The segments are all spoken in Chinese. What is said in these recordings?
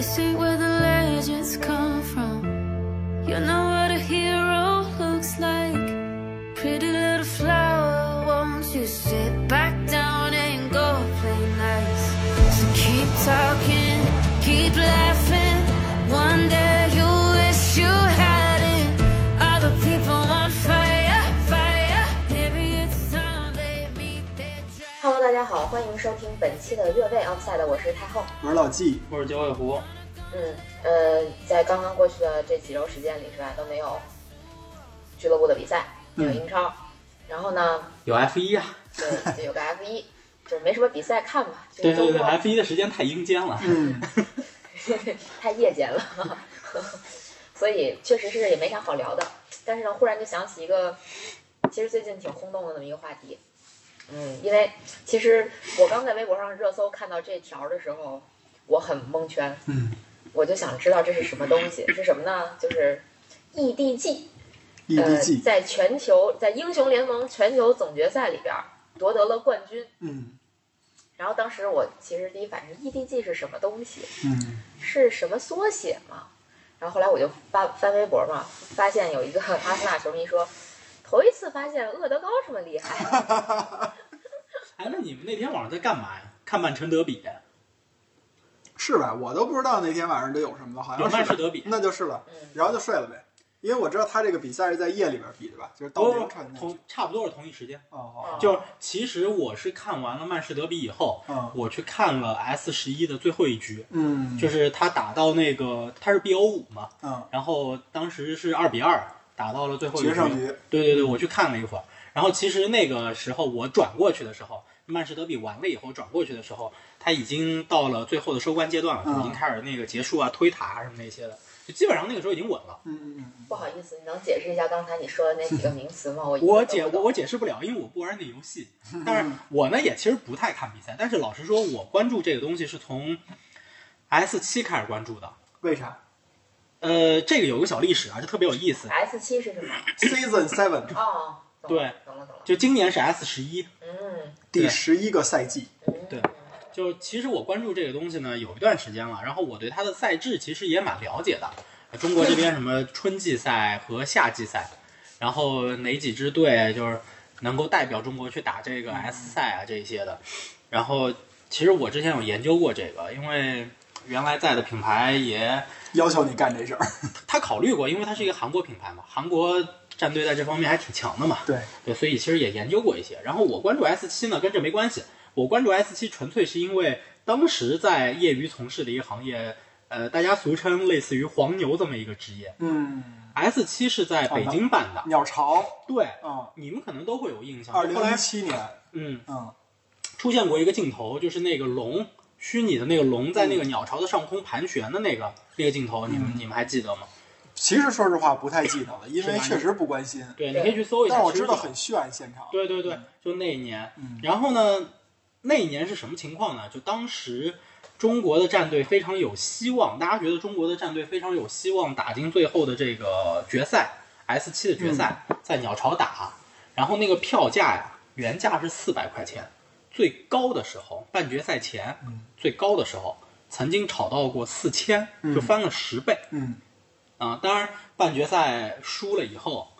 say where the legends come from. You know what a hero looks like. Pretty little flower, won't you sit back down and go play nice? So keep talking, keep laughing. One day you wish you hadn't. Other people on fire, fire. Maybe it's time they meet their dragon. Hello，大家好，欢迎收听本期的越位 Outside，我是太后。我是老纪，或者九尾狐，嗯，呃，在刚刚过去的这几周时间里，是吧，都没有俱乐部的比赛，没嗯有英超，然后呢，有 F 一啊，对，就有个 F 一， 就是没什么比赛看吧，就对是周对对末，F 一的时间太阴间了，嗯， 太夜间了，所以确实是也没啥好聊的。但是呢，忽然就想起一个，其实最近挺轰动的那么一个话题。嗯，因为其实我刚在微博上热搜看到这条的时候，我很蒙圈。嗯，我就想知道这是什么东西，是什么呢？就是 EDG，呃， EDG，在全球在英雄联盟全球总决赛里边儿夺得了冠军。嗯然后当时我其实第一反应，EDG 是什么东西？嗯是什么缩写吗？然后后来我就发翻微博嘛，发现有一个阿森纳球迷说，头一次发现厄德高这么厉害。 哎，那你们那天晚上在干嘛呀？看曼城德比，是吧？我都不知道那天晚上得有什么了，好有像曼是市吧，德比，那就是了，嗯，然后就睡了呗。因为我知道他这个比赛是在夜里边比的吧，就是到不凌不晨那种。同差不多是同一时间。哦哦，就是其实我是看完了曼市德比以后，嗯我去看了 S 十一的最后一局，嗯，就是他打到那个他是 BO 五嘛，嗯，然后当时是二比二打到了最后一决胜局。局，对对对，我去看了一会儿。然后其实那个时候我转过去的时候，曼市德比完了以后转过去的时候，他已经到了最后的收官阶段了，嗯就已经开始那个结束啊、推塔啊什么那些的，就基本上那个时候已经稳了。嗯嗯嗯，不好意思，你能解释一下刚才你说的那几个名词吗？我我一个解都不我懂我解释不了，因为我不玩那游戏。但是我呢也其实不太看比赛，但是老实说，我关注这个东西是从 S 七开始关注的。为啥呃，这个有个小历史啊，就特别有意思。 S 七是什么？ ？Season Seven 哦，懂了懂了懂了。就今年是 S 十一，嗯第对十一个赛季，嗯，对就其实我关注这个东西呢有一段时间了，然后我对它的赛制其实也蛮了解的。中国这边什么春季赛和夏季赛，然后哪几支队就是能够代表中国去打这个 S 赛啊这些的。然后其实我之前有研究过这个，因为原来在的品牌也要求你干这事儿。他考虑过，因为它是一个韩国品牌嘛，韩国战队在这方面还挺强的嘛。对，对，所以其实也研究过一些。然后我关注 S 七呢，跟这没关系。我关注 S 七纯粹是因为当时在业余从事的一个行业，呃，大家俗称类似于黄牛这么一个职业。嗯， S 七是在北京办的，鸟巢，对，嗯，你们可能都会有印象。二零后来一，七年，嗯，嗯出现过一个镜头，就是那个龙，虚拟的那个龙在嗯那个鸟巢的上空盘旋的那个那个镜头，你们你们还记得吗？其实说实话不太记得了，因为是吧确实不关心，对，对你可以去搜一下。但是我知道其实很炫现场。对对对，就那一年。嗯然后呢，那一年是什么情况呢？就当时中国的战队非常有希望，大家觉得中国的战队非常有希望打进最后的这个决赛，S 七的决赛，嗯在鸟巢打。然后那个票价呀，原价是四百块钱，最高的时候，半决赛前嗯最高的时候，曾经炒到过四千，嗯就翻了十倍。嗯啊，当然半决赛输了以后，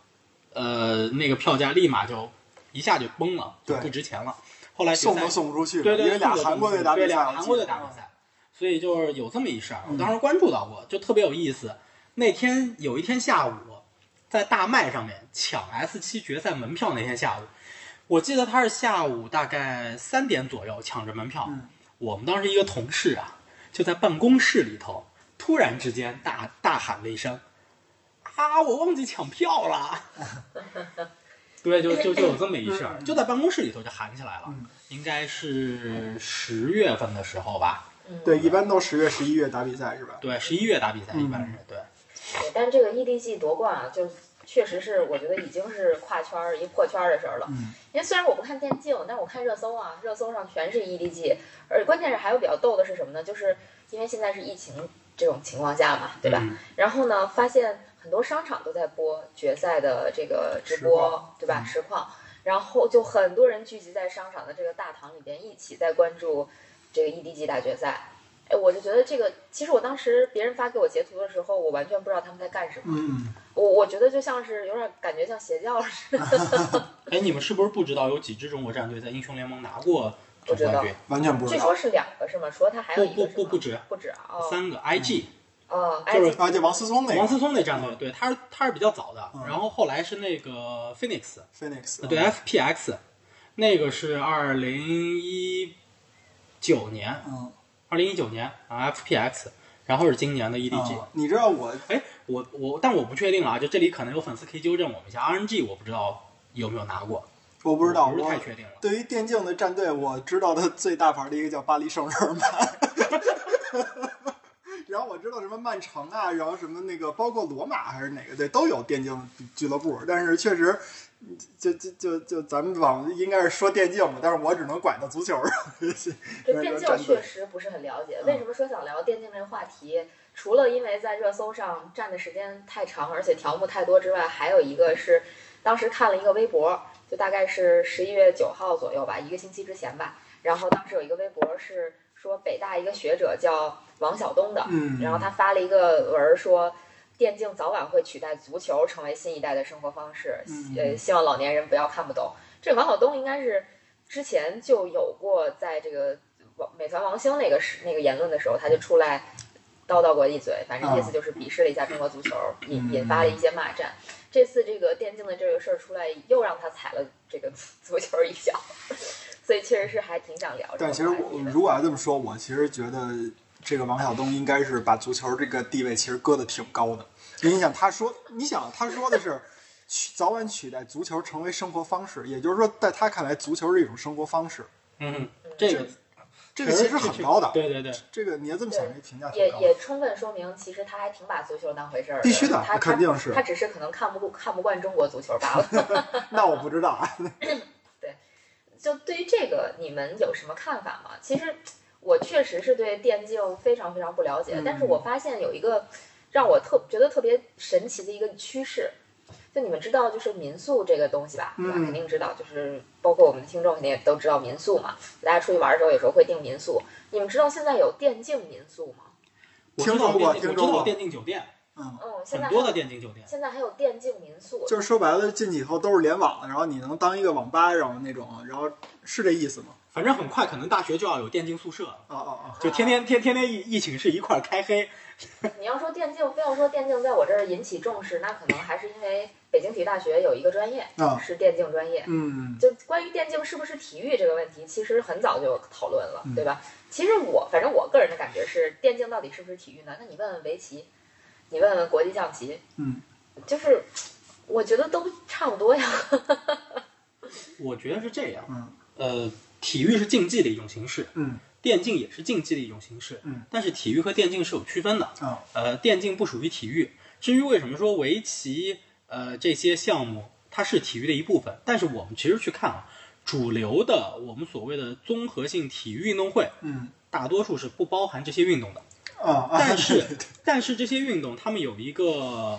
呃，那个票价立马就一下就崩了，就对不值钱了。后来决送赛都送不出去，对对因为对，俩送都韩国队打比对赛，俩韩国队打我比记得赛，所以就是有这么一事儿，嗯我当时关注到过，就特别有意思。那天有一天下午，在大麦上面抢 S 七决赛门票，那天下午，我记得他是下午大概三点左右抢着门票，嗯我们当时一个同事啊，就在办公室里头，突然之间大大喊了一声：“啊，我忘记抢票了！”对，就就就有这么一事儿，哎嗯就在办公室里头就喊起来了。嗯应该是十月份的时候吧？嗯对，一般都十月、十一月打比赛是吧？对，十一月打比赛一般是、对。对，但这个 EDG 夺冠啊，就确实是我觉得已经是跨圈儿一破圈儿的事儿了。嗯因为虽然我不看电竞，但我看热搜啊，热搜上全是 EDG，而关键是还有比较逗的是什么呢？就是因为现在是疫情这种情况下嘛，对吧？嗯然后呢，发现很多商场都在播决赛的这个直实播况，对吧？嗯实况，然后就很 E 多人聚集在商场的这个大堂里边，一起在关注这个 EDG 大决赛。哎，我就觉得这个，其实我当时别人发给我截图的时候，我完全不知道他们在干什么。嗯，我我觉得就像是有点感觉像邪教似的。哎，你们是不是不知道有几支中国战队在英雄联盟拿过总冠军？完全不知 据道说。是两个是吗？除了他还有一个是不不吗不不止不止啊哦三个 IG，、哦，就是哎啊，这王思聪那王个思聪那战队，对，他是他是比较早的，嗯然后后来是那个 Phoenix，呃 Phoenix，对嗯 FPX，那个是二零一九年，嗯，二零一九年啊 FPX，然后是今年的 E EDG。嗯你知道我哎，我我但我不确定啊，就这里可能有粉丝可以纠正我们一下，RNG 我不知道有没有拿过，我不知道，不是我太确定了。对于电竞的战队，我知道的最大牌的一个叫巴黎圣日耳曼， 然后我知道什么曼城啊，然后什么那个包括罗马还是哪个队都有电竞俱乐部，但是确实，就就就就咱们往应该是说电竞嘛，但是我只能拐到足球 上。对那电个竞战队确实不是很了解。嗯为什么说想聊电竞这个话题？除了因为在热搜上站的时间太长，而且条目太多之外，还有一个是当时看了一个微博，就大概是十一月九号左右吧，一个星期之前吧。然后当时有一个微博是说北大一个学者叫王晓东的，嗯然后他发了一个文儿说，电竞早晚会取代足球，成为新一代的生活方式。嗯呃，希望老年人不要看不懂。这王晓东应该是之前就有过在这个王美团王兴那个时那个言论的时候，他就出来叨叨过一嘴，反正意思嗯就是鄙视了一下中国足球，引引发了一些骂战。这次这个电竞的这个事儿出来，又让他踩了这个 足球一脚， 所以确实是还挺想聊这个但话其题实的。我如果要这么说，我其实觉得这个王晓东应该是把足球这个地位其实搁得挺高的。因为你想，他说，你想他说的是取早晚取代足球成为生活方式，也就是说，在他看来，足球是一种生活方式，嗯，这个这个其实很高的。对对对，这个你要这么想，这评价挺也高也的。充分说明，其实他还挺把足球当回事儿的。必须的他肯定是他他只是可能看不过看不惯中国足球罢了。那我不知道啊， 就对于这个，你们有什么看法吗？其实我确实是对电竞非常非常不了解，嗯但是我发现有一个让我特觉得特别神奇的一个趋势。就你们知道，就是民宿这个东西吧，对吧？嗯肯定知道，就是包括我们的听众肯定也都知道民宿嘛。大家出去玩的时候，有时候会订民宿。你们知道现在有电竞民宿吗？我知听道说过电听竞我说知道过电竞酒店，嗯，嗯，现在还很多的电竞酒店，现在还有电竞民宿，就是说白了，进去以后都是联网的，然后你能当一个网吧，然后那种，然后是这意思吗？反正很快可能大学就要有电竞宿舍了，哦哦就天天天天天一一寝室一块儿开黑，你要说电竞，非要说电竞在我这儿引起重视，那可能还是因为北京体育大学有一个专业哦，啊，是电竞专业。嗯就关于电竞是不是体育这个问题，其实很早就有讨论了嗯，对吧？其实我反正我个人的感觉是，电竞到底是不是体育呢？那你问问围棋，你问问国际象棋，嗯，就是我觉得都差不多呀。我觉得是这样，嗯呃，体育是竞技的一种形式，嗯电竞也是竞技的一种形式，嗯，但是体育和电竞是有区分的，啊呃，电竞不属于体育。至于为什么说围棋，呃，这些项目它是体育的一部分，但是我们其实去看啊，主流的我们所谓的综合性体育运动会，嗯大多数是不包含这些运动的。啊，但是，但是这些运动他们有一个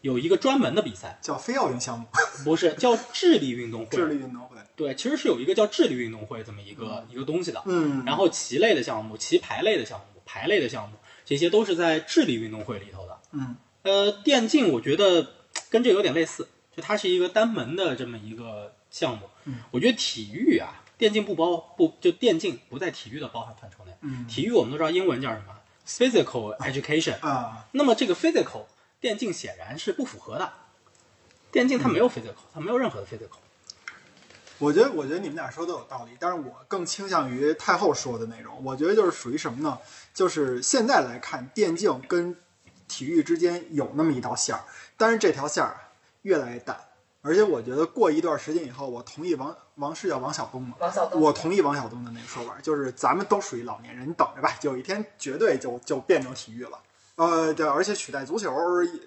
有一个专门的比赛，叫非奥运项目，不是叫智力运动智会。力运动会，对，其实是有一个叫智力运动会这么一个、一个东西的。嗯，然后棋类的项目、棋牌类的项目、牌类的项目，这些都是在智力运动会里头的。嗯呃，电竞我觉得跟这有点类似，就它是一个单门的这么一个项目。嗯我觉得体育啊，电竞不包不就电竞不在体育的包含范畴内。嗯体育我们都知道英文叫什么，physical education。啊，那么这个 physical 电竞显然是不符合的，电竞它嗯没有 physical，它没有任何的 physical。我觉得我觉得你们俩说的有道理，但是我更倾向于太后说的那种，我觉得就是属于什么呢？就是现在来看，电竞跟体育之间有那么一道线儿，但是这条线儿啊越来越淡，而且我觉得过一段时间以后，我同意王王是叫王晓东吗？王晓东，我同意王晓东的那个说法，就是咱们都属于老年人，你等着吧，有一天绝对就就变成体育了。呃，对，而且取代足球，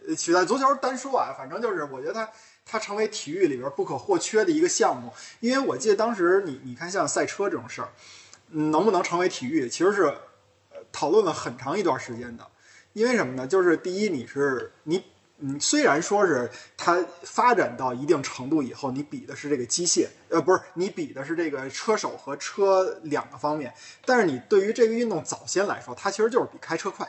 呃取代足球单说啊，反正就是我觉得它它成为体育里边不可或缺的一个项目。因为我记得当时你你看像赛车这种事儿，嗯能不能成为体育，其实是呃讨论了很长一段时间的。因为什么呢？就是第一，你是你嗯，虽然说是它发展到一定程度以后，你比的是这个机械，呃，不是你比的是这个车手和车两个方面，但是你对于这个运动早先来说，它其实就是比开车快，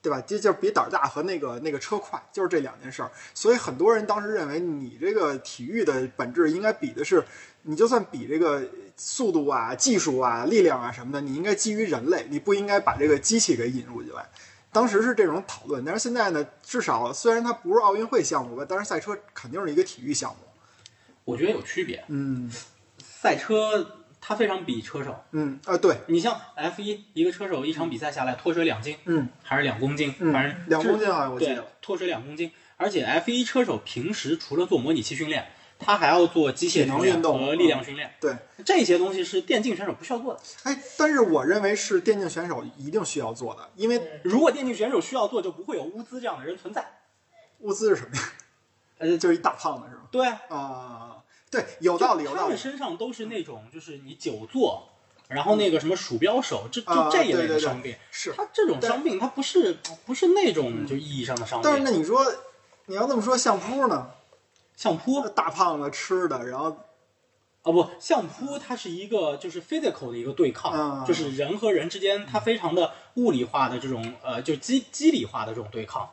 对吧？这就是比胆儿大和那个那个车快，就是这两件事儿。所以很多人当时认为，你这个体育的本质应该比的是，你就算比这个速度啊、技术啊、力量啊什么的，你应该基于人类，你不应该把这个机器给引入进来。当时是这种讨论，但是现在呢，至少虽然它不是奥运会项目吧，但是赛车肯定是一个体育项目。我觉得有区别。嗯赛车它非常比车手，嗯啊，对，你像 F 一一个车手一场比赛下来脱水两斤嗯还是两公斤，嗯反正，两公至斤好像我记对得，脱水两公斤。而且 F 一车手平时除了做模拟器训练，他还要做机械体能训练运动嗯和力量训练，对。这些东西是电竞选手不需要做的。哎，但是我认为是电竞选手一定需要做的，因为如果电竞选手需要做，就不会有乌兹这样的人存在。物资是什么呀？ 呃，就是一大胖子是吗？对啊，啊、对，有道理，有他道理们。身上都是那种就是你久坐，然后那个什么鼠标手，这啊就这一对类对的对伤病。是，他这种但伤病，他不是不是那种就意义上的伤但是病，那你说，你要这么说，相扑呢？相扑啊大胖子吃的，然后哦不，相扑它是一个就是 physical 的一个对啊抗，就是人和人之间它非常的物理化的这种呃就机机理化的这种对抗，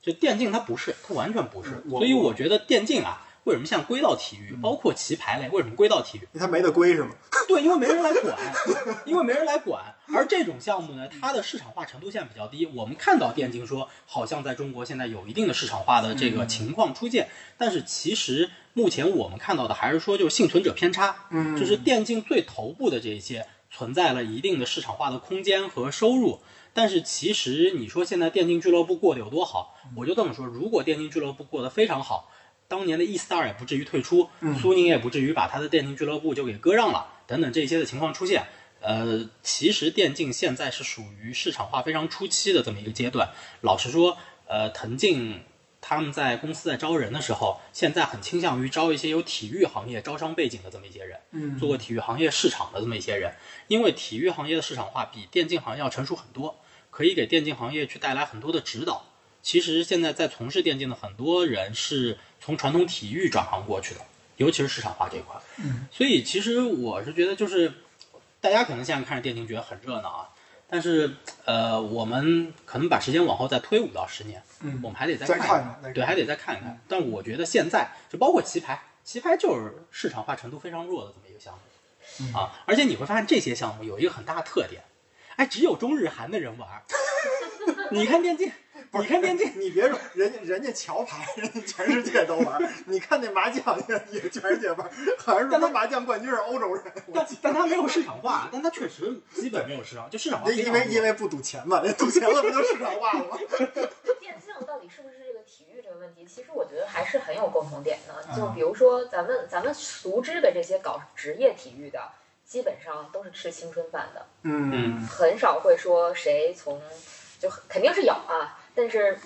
就电竞它不是，它完全不是嗯，我所以我嗯觉得电竞啊。为什么像归到体育，包括棋牌类，为什么归到体育？他没得归是吗？对，因为没人来管， 因为没人来 管。而这种项目呢，它的市场化程度现在比较低。我们看到电竞说，好像在中国现在有一定的市场化的这个情况出现，但是其实目前我们看到的还是说，就是幸存者偏差，嗯就是电竞最头部的这一些存在了一定的市场化的空间和收入。但是其实你说现在电竞俱乐部过得有多好，我就这么说，如果电竞俱乐部过得非常好，当年的 E Star 也不至于退出，苏宁也不至于把他的电竞俱乐部就给割让了，等等这些的情况出现。呃，其实电竞现在是属于市场化非常初期的这么一个阶段。老实说，呃，腾讯他们在公司在招人的时候，现在很倾向于招一些有体育行业招商背景的这么一些人，嗯做过体育行业市场的这么一些人，因为体育行业的市场化比电竞行业要成熟很多，可以给电竞行业去带来很多的指导。其实现在在从事电竞的很多人是从传统体育转行过去的，尤其是市场化这一块。嗯，所以其实我是觉得，就是大家可能现在看着电竞觉得很热闹啊，但是呃，我们可能把时间往后再推五到十年，嗯我们还得再再看看一看再对，看还得再看一看。但我觉得现在就包括棋牌，棋牌就是市场化程度非常弱的这么一个项目、嗯啊，而且你会发现这些项目有一个很大的特点，哎，只有中日韩的人玩儿。 你看 电竞，你看电竞，你别说，人家人家桥牌，人家全世界都玩儿。你看那麻将也也全世界玩儿，好像但说他麻将冠军是欧洲人。但但它没有市场化，但它确实基本没有市场，就市场化那非因常为弱因为不赌钱嘛，那赌钱了不就市场化了吗？电竞到底是不是这个体育这个问题，其实我觉得还是很有共同点的。就比如说咱们咱们熟知的这些搞职业体育的，基本上都是吃青春饭的，嗯很少会说谁从就肯定是有啊，但是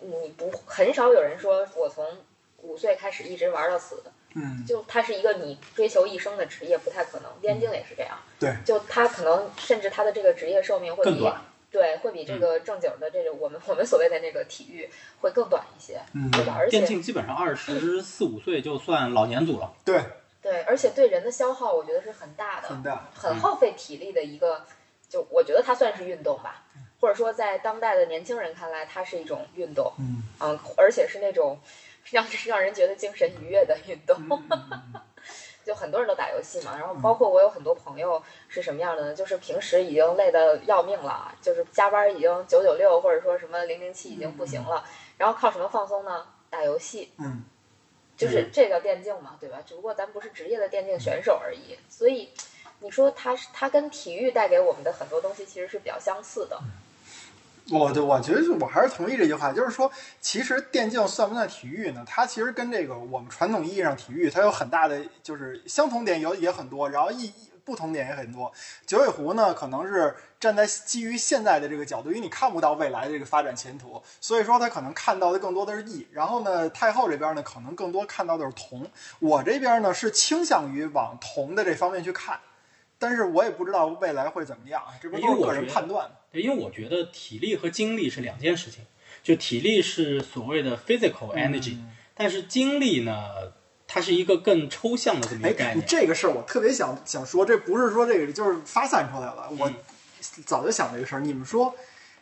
你不很少有人说我从五岁开始一直玩到死的，嗯，就它是一个你追求一生的职业，不太可能。电竞也是这样，对，就它可能甚至它的这个职业寿命会更比短对，会比这个正经的这个我们我们所谓的那个体育会更短一些，嗯对吧？而电且竞基本上二十四五岁就算老年组了。对，对，而且对人的消耗，我觉得是很大的，很大。很耗费体力的一个，就我觉得它算是运动吧，嗯或者说在当代的年轻人看来，它是一种运动，嗯，嗯，而且是那种 让让人觉得精神愉悦的运动。嗯 就很多人都打游戏嘛，然后包括我有很多朋友是什么样的呢？就是平时已经累得要命了，啊就是加班已经九九六或者说什么零零七已经不行了，然后靠什么放松呢？打游戏，嗯，就是这叫电竞嘛，对吧？只不过咱不是职业的电竞选手而已，所以你说它是它跟体育带给我们的很多东西其实是比较相似的，我对我觉得是我还是同意这句话，就是说，其实电竞算不算体育呢？它其实跟这个我们传统意义上体育它有很大的就是相同点有也很多，然后异不同点也很多。九尾狐呢，可能是站在基于现在的这个角度，因为你看不到未来的这个发展前途，所以说他可能看到的更多的是异。然后呢，太后这边呢，可能更多看到的是同。我这边呢是倾向于往同的这方面去看，但是我也不知道未啊来会怎么样，这不都是个人判断吗。对，因为我觉得体力和精力是两件事情。就体力是所谓的 physical energy，、但嗯是精力呢，它是一个更抽象的这么一个概哎，你念。这个事儿我特别想想说，这不是说这个就是发散出来了，嗯我早就想这个事儿。你们说，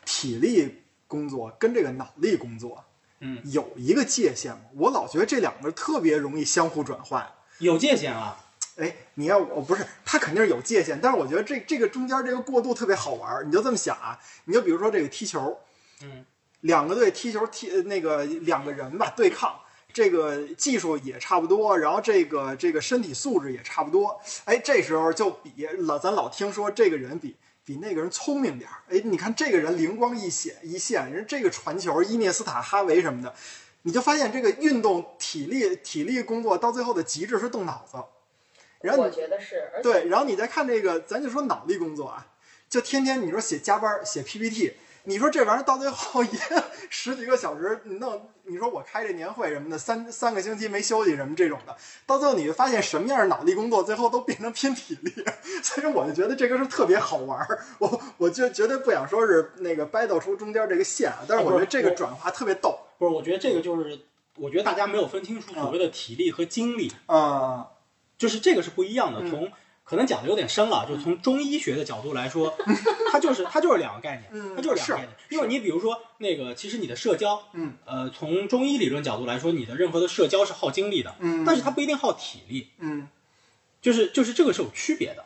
体力工作跟这个脑力工作，嗯，有一个界限吗？我老觉得这两个特别容易相互转换。有界限啊，哎，你要我不是，它肯定是有界限，但是我觉得这这个中间这个过渡特别好玩儿。你就这么想啊，你就比如说这个踢球，嗯，两个队踢球踢呃那个两个人吧对抗，这个技术也差不多，然后这个这个身体素质也差不多，哎，这时候就比老咱老听说这个人比。比那个人聪明点儿，哎，你看这个人灵光一现一现，人这个传球，伊涅斯塔、哈维什么的，你就发现这个运动体力体力工作到最后的极致是动脑子，然后你我觉得是，而且对，然后你再看这个，咱就说脑力工作啊，就天天你说写加班儿、写 PPT，你说这玩意儿到最后也 十几个小时，你弄，你说我开这年会什么的，三三个星期没休息什么这种的，到最后你会发现什么样的脑力工作，最后都变成拼体力， 所以我就觉得这个是特别好玩儿，我我就绝对不想说是那个掰到出中间这个线啊，但是我觉得这个转化特别逗，不是？我觉得这个就是，我觉得大家没有分清楚所谓的体力和精力，嗯就是这个是不一样的。嗯从可能讲的有点深了，就从中医学的角度来说，它就是它就是两个概念，嗯它就是两个概念。因为你比如说那个，其实你的社交，嗯呃，从中医理论角度来说，你的任何的社交是耗精力的，嗯但是它不一定耗体力，嗯，就是就是这个是有区别的，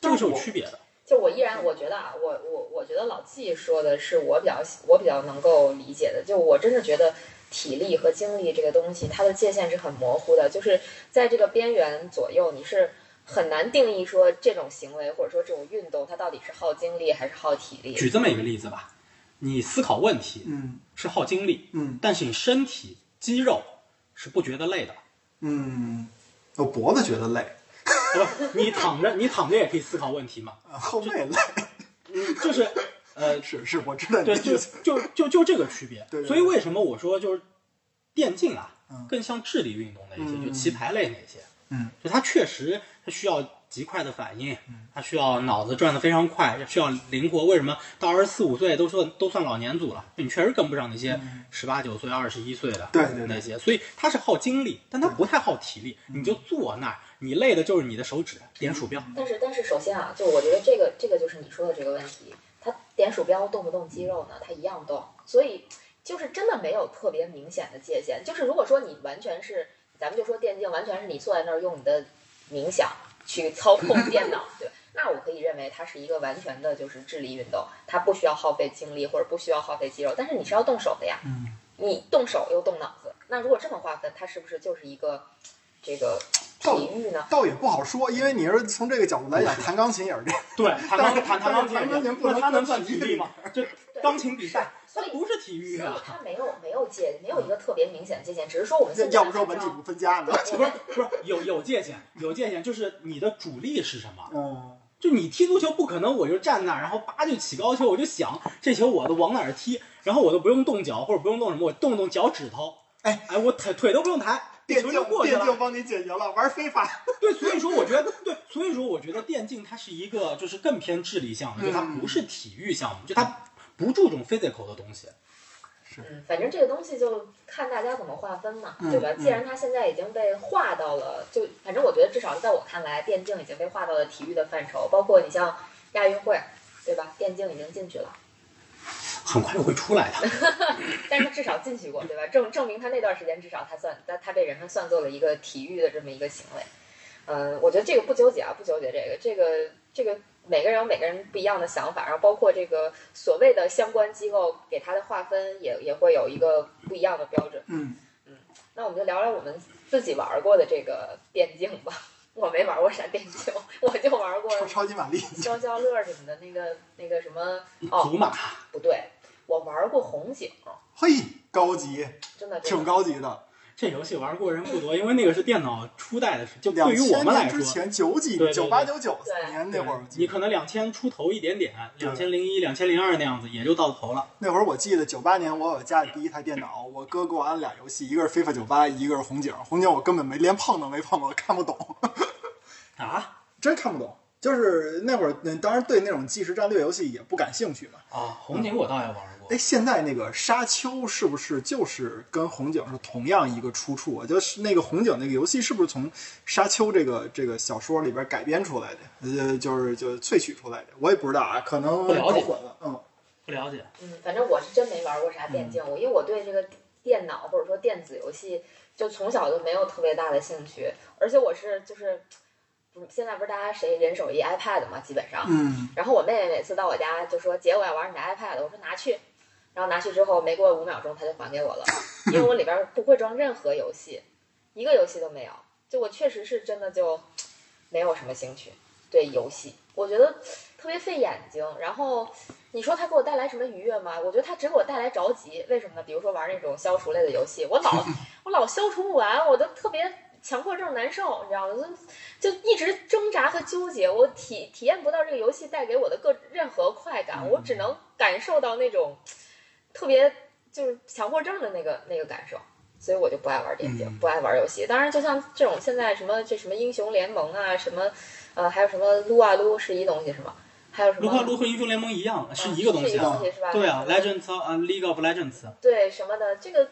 这个是有我区别的。就我依然我觉得啊，我我我觉得老纪说的是我比较我比较能够理解的，就我真是觉得体力和精力这个东西，它的界限是很模糊的，就是在这个边缘左右，你是很难定义说这种行为或者说这种运动它到底是耗精力还是耗体力。举这么一个例子吧，你思考问题嗯是耗精力，嗯但是你身体肌肉是不觉得累的。嗯，我脖子觉得累，不，你躺着，你躺着也可以思考问题嘛。啊后背累。嗯，就是，呃， 是是，我知道你对，的就意思。就就就这个区别。对对对所以为什么我说就是电竞啊，嗯更像智力运动那些，嗯就棋牌类那些。嗯，就它确实它需要极快的反应，它需要脑子转得非常快，需要灵活。为什么到二十四五岁都算都算老年组了？你确实跟不上那些十八九岁、二十一岁的嗯对对对嗯那些，所以它是耗精力，但它不太耗体力。你就坐那儿，你累的就是你的手指点鼠标。但是但是首先啊，就我觉得这个这个就是你说的这个问题，他点鼠标动不动肌肉呢，他一样动，所以就是真的没有特别明显的界限。就是如果说你完全是，咱们就说电竞，完全是你坐在那儿用你的冥想去操控电脑，对，那我可以认为它是一个完全的就是智力运动，它不需要耗费精力或者不需要耗费肌肉，但是你是要动手的呀，嗯，你动手又动脑子，那如果这么划分，它是不是就是一个这个动体育呢？倒也不好说，因为你是从这个角度来讲，弹钢琴也是这样。对，弹钢弹弹钢琴也但是弹钢是，琴不那能它能算算体体育力吗？就钢琴比赛，它所以不是体育所以啊。它没有没有界，没有一个特别明显的界限，只是说我们现在要不说文体不分家呢？不是 不是有有界限，有界限就是你的主力是什么？嗯，就你踢足球不可能，我就站那儿，然后叭就起高球，我就想这球我都往哪儿踢，然后我都不用动脚或者不用动什么，我动动脚趾头，哎哎，我腿腿都不用抬，这电球竞就过去电竞了。帮你解决了，玩非 法。对，所以说我觉得对，所以说我觉得电竞它是一个就是更偏智力项目，就它嗯不是体育项目，就它不注重 physical 的东西。嗯，反正这个东西就看大家怎么划分嘛，嗯对吧？嗯既然它现在已经被划到了，就反正我觉得至少在我看来，电竞已经被划到了体育的范畴，包括你像亚运会，对吧？电竞已经进去了，很快就会出来的。但是它至少进去过，对吧？证证明他那段时间至少他算他他被人们算作了一个体育的这么一个行为。嗯，我觉得这个不纠结啊，不纠结这个，这个这个每个人有每个人不一样的想法，然后包括这个所谓的相关机构给他的划分也也会有一个不一样的标准。嗯，那我们就聊聊我们自己玩过的这个电竞吧。我没玩过啥电竞，我就玩过超超级玛丽。消消乐什么的，那个那个什么，哦祖玛，不对，我玩过红警，嘿，高级，真的真挺的。高级的。这游戏玩过人不多，因为那个是电脑初代的事，就两对于我千们来年之说，前，九几对对对九八九九对年那会儿，你可能两千出头一点点，对两千零一、两千零二那样子也就到头了。那会儿我记得九八年我有家里第一台电脑，我哥给我安俩游戏，一个是 FIFA 九八，一个是红警。红警我根本没连碰都没碰过，看不懂。啊真看不懂。就是那会儿，嗯，当然对那种即时战略游戏也不感兴趣嘛。啊，红警我倒也玩过，哎，现在那个沙丘是不是就是跟红警是同样一个出处啊？就是那个红警那个游戏是不是从沙丘这个这个小说里边改编出来的？呃，就是就萃取出来的，我也不知道啊，可能不了解搞混了。嗯，不了解，嗯，反正我是真没玩过啥电竞，我、因为我对这个电脑或者说电子游戏，就从小就没有特别大的兴趣，而且我是就是，不是现在不是大家谁人手一 iPad 嘛，基本上，嗯，然后我妹妹每次到我家就说：“姐，我要玩你的 iPad。”我说：“拿去。”然后拿去之后，没过五秒钟，她就还给我了，因为我里边不会装任何游戏，一个游戏都没有。就我确实是真的就没有什么兴趣对游戏，我觉得特别费眼睛。然后你说它给我带来什么愉悦吗？我觉得它只给我带来着急。为什么呢？比如说玩那种消除类的游戏，我老我老消除不完，我都特别强迫症难受，你知道吗？就就一直挣扎和纠结，我体体验不到这个游戏带给我的各任何快感，我只嗯能感受到那种特别就是强迫症的那个那个感受，所以我就不爱玩电竞，嗯不爱玩游戏。当然，就像这种现在什么这什么英雄联盟啊，什么呃还有什么撸啊撸是一东西是吗？还有什撸么嗯啊撸和英雄联盟一样，是一个东是西一个啊东。西哦是吧？对啊什么，Legends 啊，League of Legends，对什么的，这个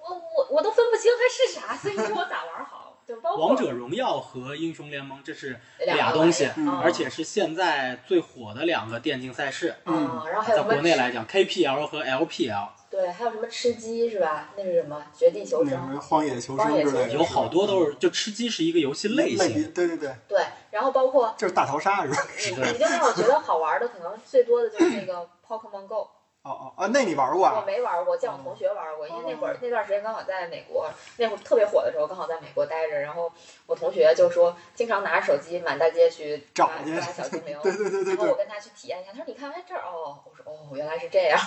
我我我都分不清它是啥，所以你说我咋玩好？就包括王者荣耀和英雄联盟这是两个俩东西玩意儿嗯啊而且是现在最火的两个电竞赛事，啊，然后还有嗯在什么国内来讲，KPL 和 LPL 对，还有什么吃鸡是吧？那是什么绝地求嗯那什生？么荒野求生之类的，有好多都是是就吃鸡是一个游戏吧类类型，别，对对对，对，然后包括就是大逃杀是吧？你的你就让我觉得好玩的，可能最多的就是那 个 Pokemon Go，哦哦啊，那你玩过我啊？没玩过，见我同学玩过，因为那哦会儿那段时间刚好在美国，那会儿特别火的时候，刚好在美国待着，然后我同学就说经常拿着手机满大街去找抓去抓小精灵 。对对对对然后我对，跟他去体验一下，他说：“你看，哎，这儿哦。”我说：“哦，原来是这样。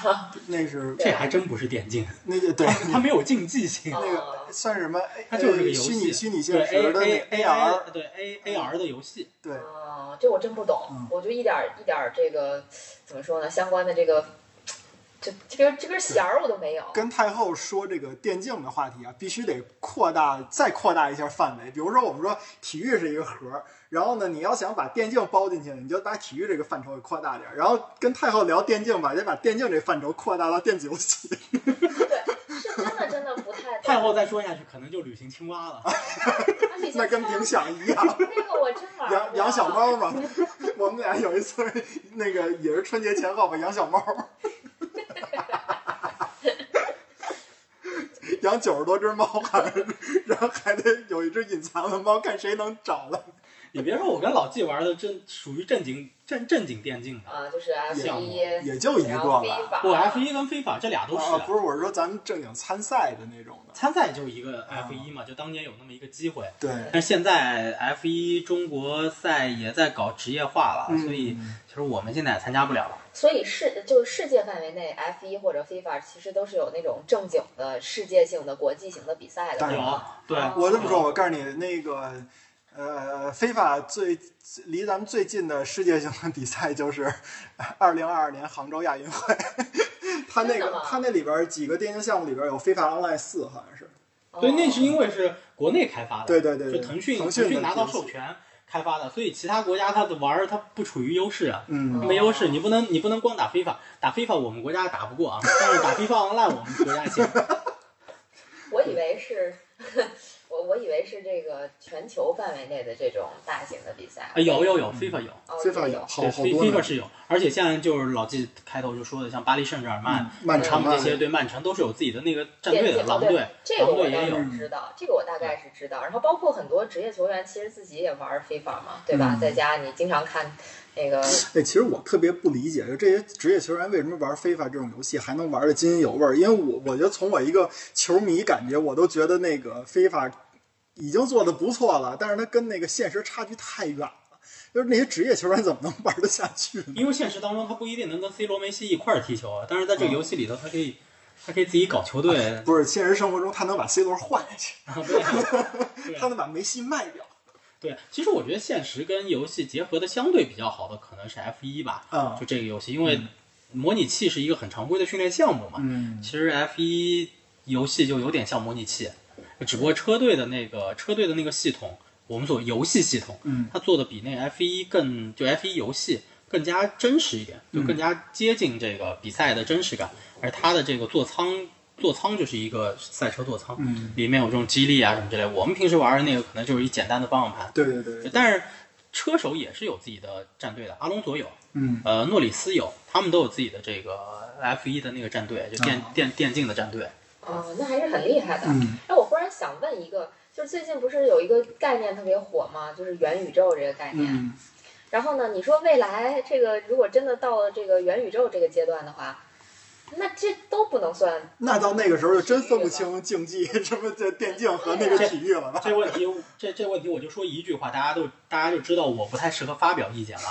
那是这还真不是电竞，那个对。它没有竞技性，哦那个算是什么？它就是个游戏虚拟虚拟现对实的 A 那 A AR， R 对 A A R 的游戏，对，啊，这我真不懂，嗯我就一点儿一点儿这个怎么说呢？相关的这个，这这根这根弦儿我都没有。跟太后说这个电竞的话题啊，必须得扩大，再扩大一下范围。比如说，我们说体育是一个核儿，然后呢，你要想把电竞包进去，你就把体育这个范畴给扩大点儿，然后跟太后聊电竞吧，得把电竞这范畴扩大到电子游戏。 对，是真的真的不太懂。太后再说下去可能就旅行青蛙了。啊李那小跟猫冥想一样。那个我真玩养过养小，猫嘛，我们俩有一次那个也是春节前后吧，养小猫，养九十多只猫，好像是然后还得有一只隐藏的猫，看谁能找到。你别说，我跟老纪玩的真属于正经正正经电竞的，啊，就是 F 项一目，也就一个然后吧 V 法，我 F 一跟非法这俩都啊，不是。是，我是说咱们正经参赛的那种的。参赛就是一个啊 F 一嘛，就当年有那么一个机会，对，但是现在 F 一中国赛也在搞职业化了，嗯所以其实我们现在也参加不了了。所以世就是世界范围内 F 一或者 FIFA 其实都是有那种正经的世界性的国际型的比赛的，当然对有吧？，对，我这么说，我告诉你，那个呃，非法最离咱们最近的世界性的比赛就是二零二二年杭州亚运会。 他那真的个吗他那里边几个电竞项目里边有非法 online 四，好像嗯是。对，那是哦因为是国内开发的，对对对对，就腾讯腾腾讯的拿到游戏授。权开发的，所以其他国家它的玩儿它不处于优势啊。嗯，没优势，你不能你不能光打非法，打非法我们国家打不过啊，但是打非法 online 我们国家行。我以为是，我我以为是这个全球范围内的这种大型的比赛呃啊，。有有有，非法有，哦，非法也有有。好好非多非法呢。是有，而且现在就是老季开头就说的，像巴黎圣日耳曼、曼他城们啊这些对曼城都是有自己的那个战电队的竞狼哦对队，这个狼我队倒也有。是知道，这个我大概是知道。然后包括很多职业球员，其实自己也玩非法嘛，对吧？嗯在家你经常看那个，哎，其实我特别不理解，就这些职业球员为什么玩非法这种游戏还能玩的津津有味儿？因为我我觉得从我一个球迷感觉，我都觉得那个非法已经做的不错了，但是它跟那个现实差距太远了。就是那些职业球员怎么能玩得下去呢？因为现实当中他不一定能跟 C 罗、梅西一块儿踢球啊，但是在这嗯个游戏里头，他可以他可以自己搞球队。不是现实生活中，他能把 C 罗换下去，对 对他能把梅西卖掉。对，其实我觉得现实跟游戏结合的相对比较好的可能是 F 一吧，嗯就这个游戏，因为模拟器是一个很常规的训练项目嘛。嗯其实 F 一游戏就有点像模拟器，只不过车队的那个车队的那个系统，我们所游戏系统，嗯它做的比那个 F 一更就 F 一游戏更加真实一点，就嗯更加接近这个比赛的真实感。而它的这个座舱，座舱就是一个赛车座舱，嗯里面有这种激励啊什么之类的。我们平时玩的那个可能就是一简单的方向盘，对对对，对但是车手也是有自己的战队的，阿隆索有，嗯呃，诺里斯有，他们都有自己的这个 F 1的那个战队，就电、啊电电竞的战队。哦，那还是很厉害的。嗯哎，我忽然想问一个，就是最近不是有一个概念特别火吗？就是元宇宙这个概念。嗯，然后呢，你说未来这个如果真的到了这个元宇宙这个阶段的话，那这都不能算那到那个时候就真分不清竞技什么这电竞和那个体育了吧？这问题，这这问题我就说一句话，大家都大家就知道我不太适合发表意见了。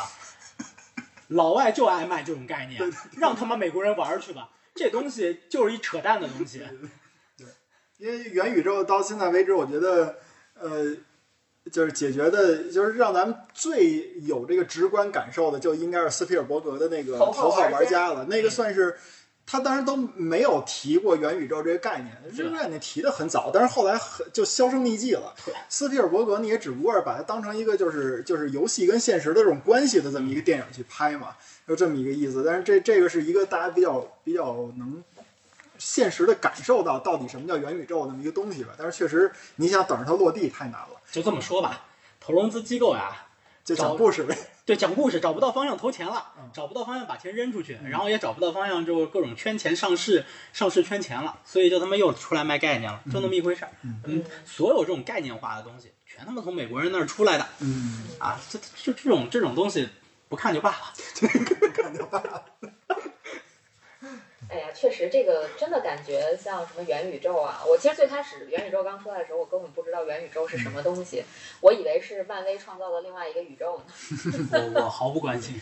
老外就爱卖这种概念，让他们美国人玩儿去吧，这东西就是一扯淡的东西。因为元宇宙到现在为止，我觉得，呃，就是解决的，就是让咱们最有这个直观感受的，就应该是斯皮尔伯格的那个《头号头号玩玩嗯家》了。那个算是他当时都没有提过元宇宙这个概念，这个概念提的很早，但是后来很就销声匿迹了。斯皮尔伯格你也只不过是把它当成一个就是就是游戏跟现实的这种关系的这么一个电影去拍嘛，就这么一个意思。但是这这个是一个大家比较比较能现实的感受到到底什么叫元宇宙那么一个东西吧。但是确实你想等着它落地太难了，就这么说吧，投融资机构呀、就讲故事呗。对，讲故事找不到方向投钱了嗯，找不到方向把钱扔出去，然后也找不到方向就各种圈钱上市，上市圈钱了，所以就他妈又出来卖概念了，就那么一回事儿。嗯嗯，所有这种概念化的东西，全他妈从美国人那儿出来的嗯， 啊！这这这种这种东西不看就罢了。看就罢了。哎呀，确实，这个真的感觉像什么元宇宙啊！我其实最开始元宇宙刚出来的时候，我根本不知道元宇宙是什么东西，我以为是漫威创造的另外一个宇宙呢。嗯我我毫不关心。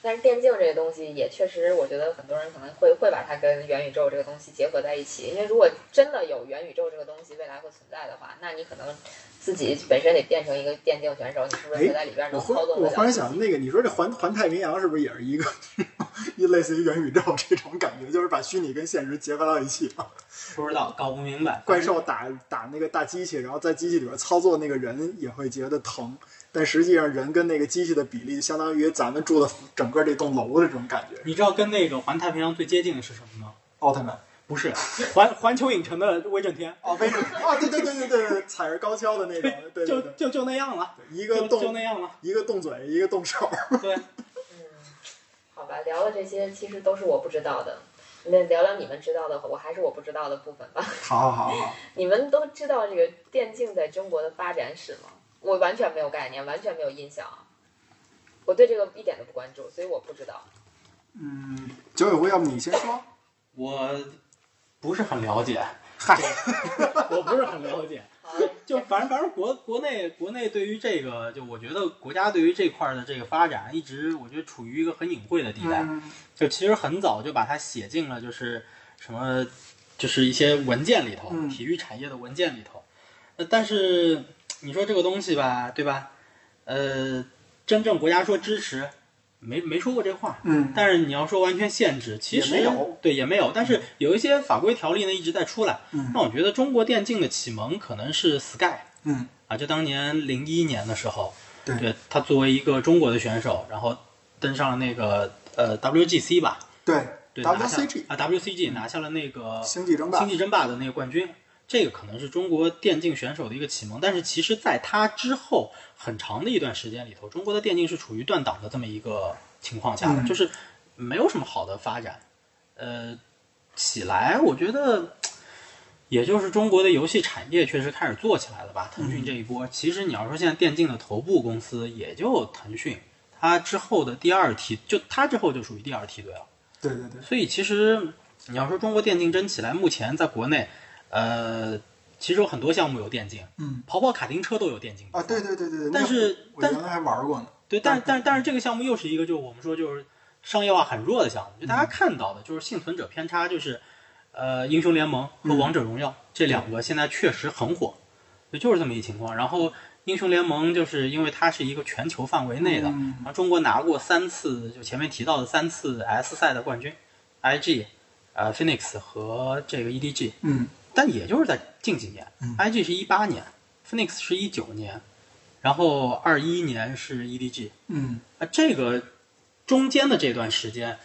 但是电竞这个东西也确实，我觉得很多人可能会会把它跟元宇宙这个东西结合在一起，因为如果真的有元宇宙这个东西未来会存在的话，那你可能自己本身得变成一个电竞选手，你是不是会在里边我能忽操纵哎我得忽然了？想，那个你说这环环太平洋是不是也是一个 一类似于元宇宙这种感觉，就是把虚拟跟现实结合到一起 嘛？ 不知道，搞不明白。怪兽打打那个大机器，然后在机器里边操作那个人也会觉得疼，但实际上人跟那个机器的比例相当于咱们住的整个这栋楼的这种感觉。你知道跟那个环太平洋最接近的是什么吗？奥特曼。不是，环环球影城的威震天，哦，为什么？啊，对对对对对，对踩着高跷的那种，对对就对，就就那样了，一就个就动那样了。一个动嘴，一个动手，对，嗯，好吧，聊的这些其实都是我不知道的，那聊聊你们知道的，我还是我不知道的部分吧。 好好好好，你们都知道这个电竞在中国的发展史吗？我完全没有概念，完全没有印象，啊我对这个一点都不关注，所以我不知道。嗯，九尾狐，要不你先说？我不是很了解，嗨， 我不是很了解。好嘞就反正反正国国内国内对于这个，就我觉得国家对于这块儿的这个发展，一直我觉得处于一个很隐晦的地带。嗯就其实很早就把它写进了，就是什么，就是一些文件里头，嗯体育产业的文件里头。那但是你说这个东西吧，对吧？呃，真正国家说支持，没没说过这话。嗯但是你要说完全限制，其实也没有对也没有。但是有一些法规条例呢一直在出来，嗯让我觉得中国电竞的启蒙可能是 Sky。嗯啊，就当年零一年的时候，对他作为一个中国的选手，然后登上了那个呃 WGC 吧，对对拿下，WCG 啊 WCG 拿下了那个嗯星际争霸星，际争霸的那个冠军，这个可能是中国电竞选手的一个启蒙。但是其实，在他之后很长的一段时间里头，中国的电竞是处于断档的这么一个情况下的，嗯就是没有什么好的发展。呃，起来，我觉得。也就是中国的游戏产业确实开始做起来了吧？腾嗯讯这一波，其实你要说现在电竞的头部公司也就腾讯，它之后的第二梯，就它之后就属于第二梯队了。对对对，所以其实你要说中国电竞真起来，目前在国内，呃，其实有很多项目有电竞，嗯跑跑卡丁车都有电竞啊，对对对对对，但是那我但原来还玩过呢，对，但但但是这个项目又是一个，就是我们说就是商业化很弱的项目，就大家看到的就是幸存者偏差，就是呃，英雄联盟和王者荣耀、这两个现在确实很火，就就是这么一情况。然后英雄联盟就是因为它是一个全球范围内的，嗯然后中国拿过三次，就前面提到的三次 S 赛的冠军，IG，呃，Phoenix 和这个 EDG，嗯但也就是在近几年、嗯 i g 是一八年，Phoenix 是一九年，然后二一年是 E EDG。嗯啊，这个中间的这段时间，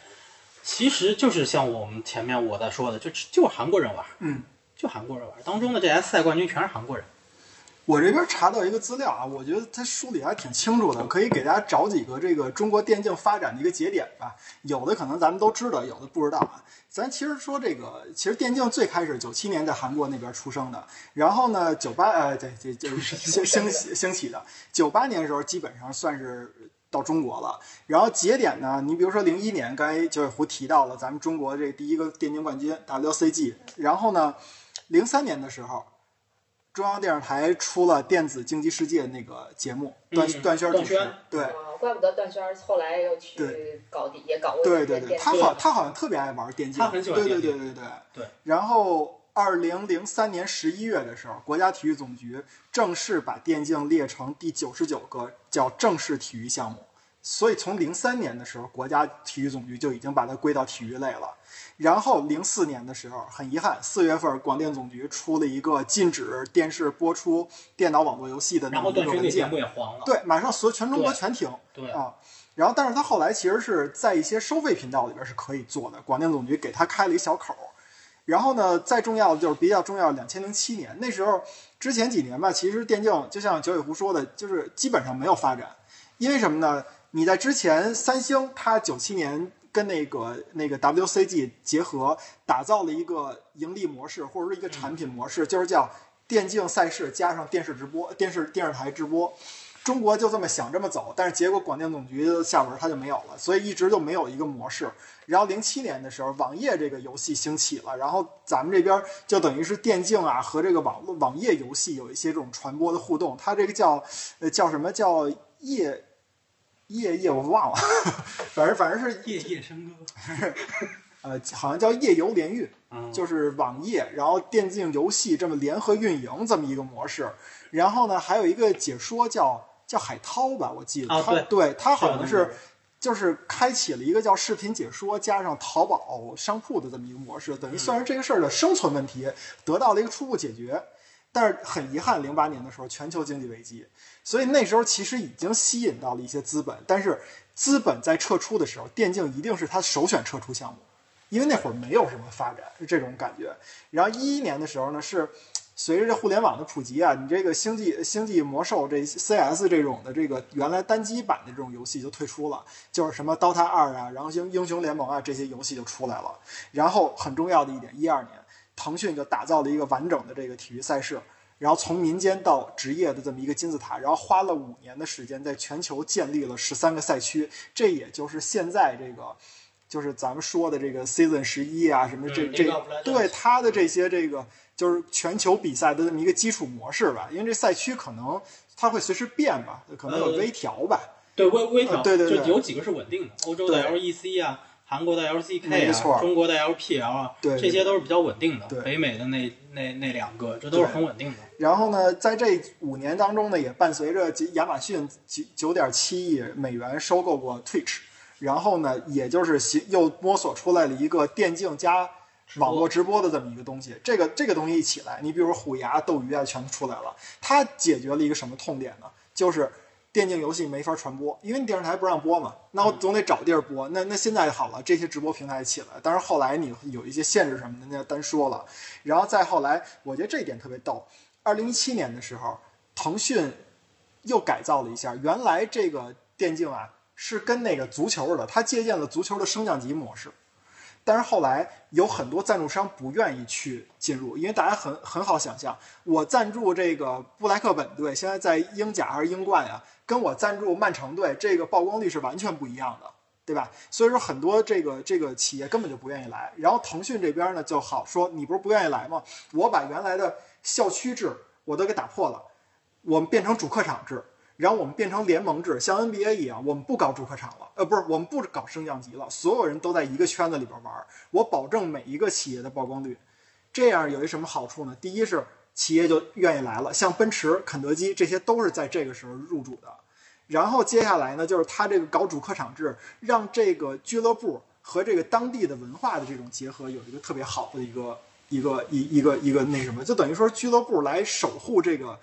其实就是像我们前面我在说的，就就韩国人玩，嗯，就韩国人玩，当中的这些赛冠军全是韩国人。我这边查到一个资料啊，我觉得他梳理得还挺清楚的，可以给大家找几个这个中国电竞发展的一个节点吧。有的可能咱们都知道，有的不知道啊。咱其实说这个，其实电竞最开始九七年在韩国那边出生的，然后呢，九八呃，对对，就是兴兴起兴起的。九八年的时候，基本上算是到中国了。然后节点呢，你比如说零一年，刚才九尾狐提到了咱们中国这第一个电竞冠军 WCG，然后呢，零三年的时候。中央电视台出了《电子竞技世界》那个节目，段嗯段轩主持段轩，对，哦怪不得段轩儿后来又去对搞地，也搞过对一对些对，电他竞。好，他好像特别爱玩电竞，他很喜欢对对电对对对对然后，二零零三年十一月的时候，国家体育总局正式把电竞列成第九十九个叫正式体育项目。所以从零三年的时候，国家体育总局就已经把它归到体育类了。然后零四年的时候，很遗憾，四月份广电总局出了一个禁止电视播出电脑网络游戏的那然么后一个段勋那文节件目，也黄了，对，马上所有全中国对全停。对啊。然后，但是他后来其实是在一些收费频道里边是可以做的，广电总局给他开了一小口儿。然后呢，再重要的就是比较重要，两千零七年那时候之前几年吧，其实电竞就像九尾狐说的，就是基本上没有发展，因为什么呢？你在之前，三星它九七年跟那个那个 WCG 结合，打造了一个盈利模式或者说一个嗯产品模式，就是叫电竞赛事加上电视直播、电视电视台直播。中国就这么想这么走，但是结果广电总局下文它就没有了，所以一直就没有一个模式。然后零七年的时候，网页这个游戏兴起了，然后咱们这边就等于是电竞啊和这个网络网页游戏有一些这种传播的互动，它这个叫呃叫什么叫夜夜夜我忘了， 反正反正是夜夜笙歌，呃好像叫夜游联运，嗯，就是网页，然后电竞游戏这么联合运营这么一个模式。然后呢，还有一个解说叫叫海涛吧，我记得、啊他对他好像对我是记得就是开启了一个叫视频解说加上淘宝商铺的这么一个模式，等于算是这个事儿的生存问题得到了一个初步解决。但是很遗憾，零八年的时候全球经济危机，所以那时候其实已经吸引到了一些资本，但是资本在撤出的时候，电竞一定是它首选撤出项目。因为那会儿没有什么发展，是这种感觉。然后一一年的时候呢，是随着这互联网的普及啊，你这个星际星际魔兽这 CS 这种的这个原来单机版的这种游戏就退出了，就是什么 DOTA 二啊，然后英英雄联盟啊这些游戏就出来了。然后很重要的一点，一二年腾讯就打造了一个完整的这个体育赛事。然后从民间到职业的这么一个金字塔，然后花了五年的时间，在全球建立了十三个赛区，这也就是现在这个就是咱们说的这个 season 十一啊，什么这嗯这 League of Legends 对它的这些这个就是全球比赛的这么一个基础模式吧，因为这赛区可能它会随时变吧，可能有呃微调吧，对微微调，啊对对对就有几个是稳定的，欧洲的对 LEC 啊，韩国的 LCK 没错啊，中国的 LPL 啊，对对这些都是比较稳定的。对北美的那那那两个，这都是很稳定的。然后呢，在这五年当中呢，也伴随着亚马逊九九点七亿美元收购过 Twitch，然后呢，也就是形又摸索出来了一个电竞加网络直播的这么一个东西。这个这个东西一起来，你比如虎牙、斗鱼啊，全出来了。它解决了一个什么痛点呢？就是电竞游戏没法传播，因为你电视台不让播嘛，那我总得找地儿播。那那现在好了，这些直播平台起来，但是后来你有一些限制什么的，那单说了。然后再后来，我觉得这一点特别逗。二零一七年的时候，腾讯又改造了一下，原来这个电竞啊是跟那个足球似的，它借鉴了足球的升降级模式。但是后来有很多赞助商不愿意去进入，因为大家很很好想象，我赞助这个布莱克本队，现在在英甲还是英冠呀、跟我赞助曼城队这个曝光率是完全不一样的，对吧？所以说很多这个这个企业根本就不愿意来。然后腾讯这边呢就好说，你不是不愿意来吗？我把原来的校区制我都给打破了，我们变成主客场制，然后我们变成联盟制，像 NBA 一样，我们不搞主客场了，呃，不是，我们不搞升降级了，所有人都在一个圈子里边玩儿，我保证每一个企业的曝光率。这样有一什么好处呢？第一是企业就愿意来了，像奔驰、肯德基这些都是在这个时候入主的。然后接下来呢，就是他这个搞主客场制，让这个俱乐部和这个当地的文化的这种结合，有一个特别好的一个一个一一个一个那什么，就等于说俱乐部来守护这个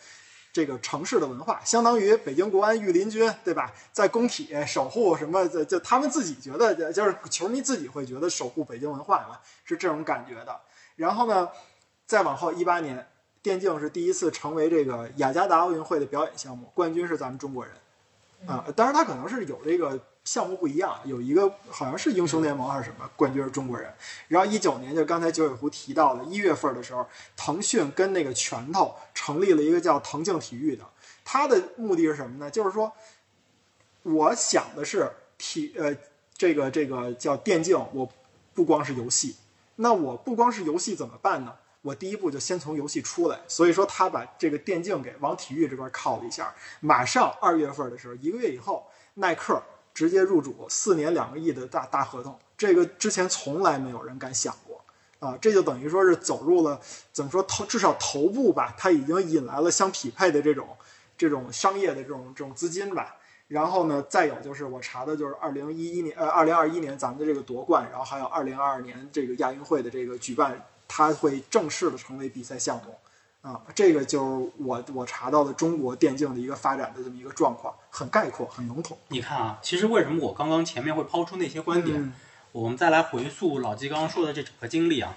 这个城市的文化，相当于北京国安、御林军，对吧？在工体守护什么？就就他们自己觉得，就是球迷自己会觉得守护北京文化嘛，是这种感觉的。然后呢，再往后一八年，电竞是第一次成为这个雅加达奥运会的表演项目，冠军是咱们中国人啊、当然，他可能是有这个项目不一样，有一个好像是英雄联盟还是什么，冠军是中国人。然后一九年，就刚才九尾狐提到的，一月份的时候，腾讯跟那个拳头成立了一个叫腾静体育的，它的目的是什么呢？就是说，我想的是体呃这个这个叫电竞，我不光是游戏，那我不光是游戏怎么办呢？我第一步就先从游戏出来，所以说他把这个电竞给往体育这块靠了一下。马上二月份的时候，一个月以后，耐克直接入主四年两个亿的大大合同，这个之前从来没有人敢想过啊！这就等于说是走入了怎么说头至少头部吧，它已经引来了相匹配的这种这种商业的这种这种资金吧。然后呢，再有就是我查的就是二零一一年，呃，二零二一年咱们的这个夺冠，然后还有二零二二年这个亚运会的这个举办，它会正式的成为比赛项目。啊，这个就是我我查到的中国电竞的一个发展的这么一个状况，很概括，很笼统。你看啊，其实为什么我刚刚前面会抛出那些观点？嗯我们再来回溯老纪刚刚说的这整个经历啊，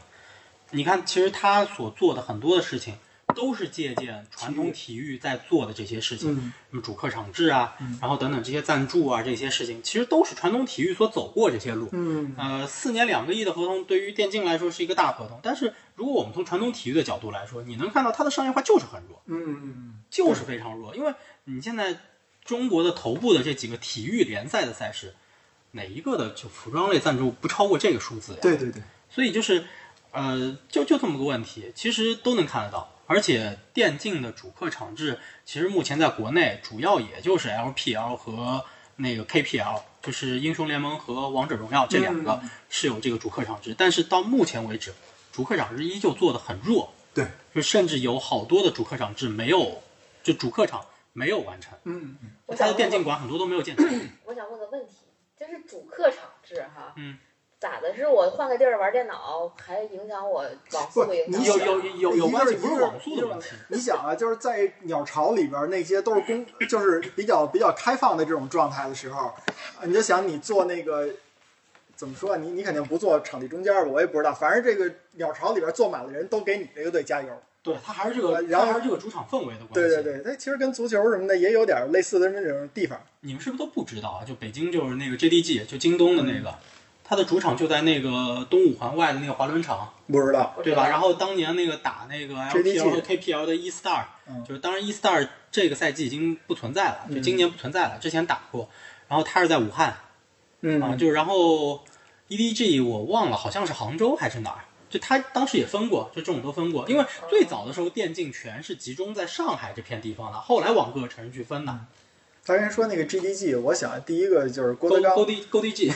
你看，其实他所做的很多的事情，都是借鉴传统体育在做的这些事情，嗯什么主客场制啊，然后等等这些赞助啊，这些事情，其实都是传统体育所走过这些路。嗯呃，四年两个亿的合同对于电竞来说是一个大合同，但是如果我们从传统体育的角度来说，你能看到它的商业化就是很弱，嗯就是非常弱，因为你现在中国的头部的这几个体育联赛的赛事，哪一个的就服装类赞助不超过这个数字呀？对对对，所以就是，呃，就就这么个问题，其实都能看得到。而且电竞的主客场制，其实目前在国内主要也就是 LPL 和那个 KPL，就是英雄联盟和王者荣耀这两个嗯是有这个主客场制，但是到目前为止，主客场制依旧做得很弱，对，就甚至有好多的主客场制没有，就主客场没有完成，嗯我它想的问电竞个，馆很多都没有 建成。我想问个问题，就是主客场制哈，嗯，咋的？是我换个地儿玩电脑，还影响我网速不影响你我？有有有有关系，不是网速的问题。你想啊，就是在鸟巢里边那些都是公，就是比较比较开放的这种状态的时候，啊你就想你做那个怎么说啊？你你肯定不坐场地中间吧？我也不知道，反正这个鸟巢里边坐满了人都给你这个队加油。对，它还是这个，呃然后它还是这个主场氛围的关系。对对，对，它其实跟足球什么的也有点类似的这种地方。你们是不是都不知道啊？就北京就是那个 JDG，就京东的那嗯个，它的主场就在那个东五环外的那个滑轮场，不知道，我知对道吧？然后当年那个打那个 JDG LPL 和 KPL 的 E Star，嗯就是当然 E Star 这个赛季已经不存在了，嗯就今年不存在了，之前打过。然后它是在武汉嗯啊，就然后 EDG 我忘了，好像是杭州还是哪儿。就它当时也分过，就这种都分过，因为最早的时候电竞全是集中在上海这片地方的，后来往各个城市去分嗯的。他刚才说那个 GDG，我想啊第一个就是郭勾德纲，勾地勾地 G，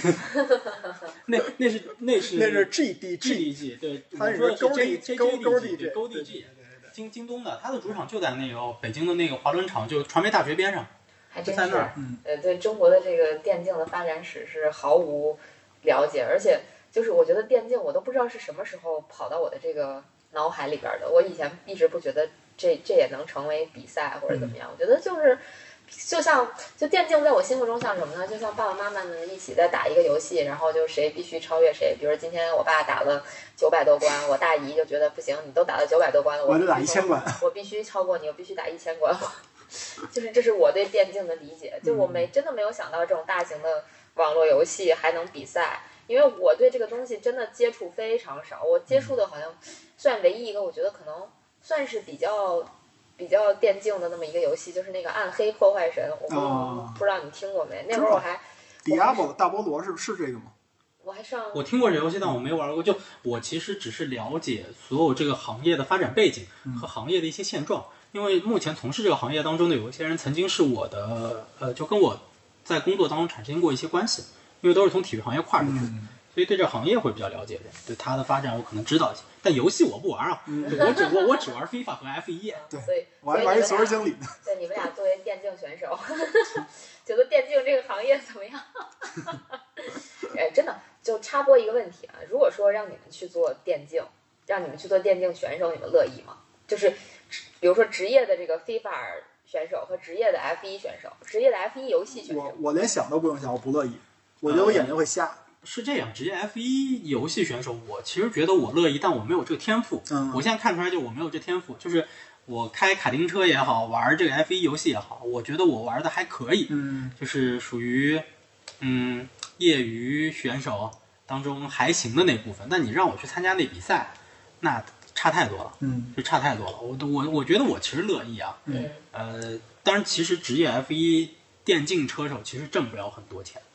那那是那是那是 GDG， G G，对，它我说的是勾地 J 勾 J 勾 G，地对 G，勾对地 G，对对对京京东的，它的主场就在那个北京的那个滑轮场，就传媒大学边上，还就真在那是儿。。嗯呃，对中国的这个电竞的发展史是毫无了解，而且就是我觉得电竞我都不知道是什么时候跑到我的这个脑海里边儿的。我以前一直不觉得这这也能成为比赛或者嗯怎么样，我觉得就是。就像就电竞在我心目中像什么呢？就像爸爸妈妈们一起在打一个游戏，然后就谁必须超越谁。比如今天我爸打了九百多关，我大姨就觉得不行，你都打到九百多关了，我我就打必一须千关。我必须超过你，我必须打一千关。 就是这是我对电竞的理解，就我嗯没真的没有想到这种大型的网络游戏还能比赛，因为我对这个东西真的接触非常少，我嗯接触的好像算唯一一个我觉得可能算是比较比较电竞的那么一个游戏，就是那个《暗黑破坏神》，我不、啊不知道你听过没？那知会儿我道还 Diablo 大菠萝是是这个吗？我还上我听过这游戏，但我没玩过。就我其实只是了解所有这个行业的发展背景和行业的一些现状，因为目前从事这个行业当中的有一些人曾经是我的呃，就跟我在工作当中产生过一些关系，因为都是从体育行业跨出嗯去的。所以对这行业会比较了解的，对它的发展我可能知道一些，但游戏我不玩啊，对我只我我只玩 FIFA 和 F 一。所以所我还以玩一你足们球俩经理呢。对，你们俩作为电竞选手， 觉得电竞这个行业怎么样？ 哎，真的，就插播一个问题啊，如果说让你们去做电竞，让你们去做电竞选手，你们乐意吗？就是，比如说职业的这个 FIFA 选手和职业的 F 一选手，职业的 F 一游戏选我手。我连想都不用想，我不乐意，我觉得我眼睛会瞎。是这样，职业 F 一游戏选手，我其实觉得我乐意，但我没有这个天赋。嗯我现在看出来，就是我没有这天赋，就是我开卡丁车也好，玩这个 F 一游戏也好，我觉得我玩的还可以，嗯，就是属于嗯业余选手当中还行的那部分。但你让我去参加那比赛，那差太多了，嗯就差太多了。我我我觉得我其实乐意啊，嗯，呃，当然其实职业 F 一电竞车手其实挣不了很多钱。嗯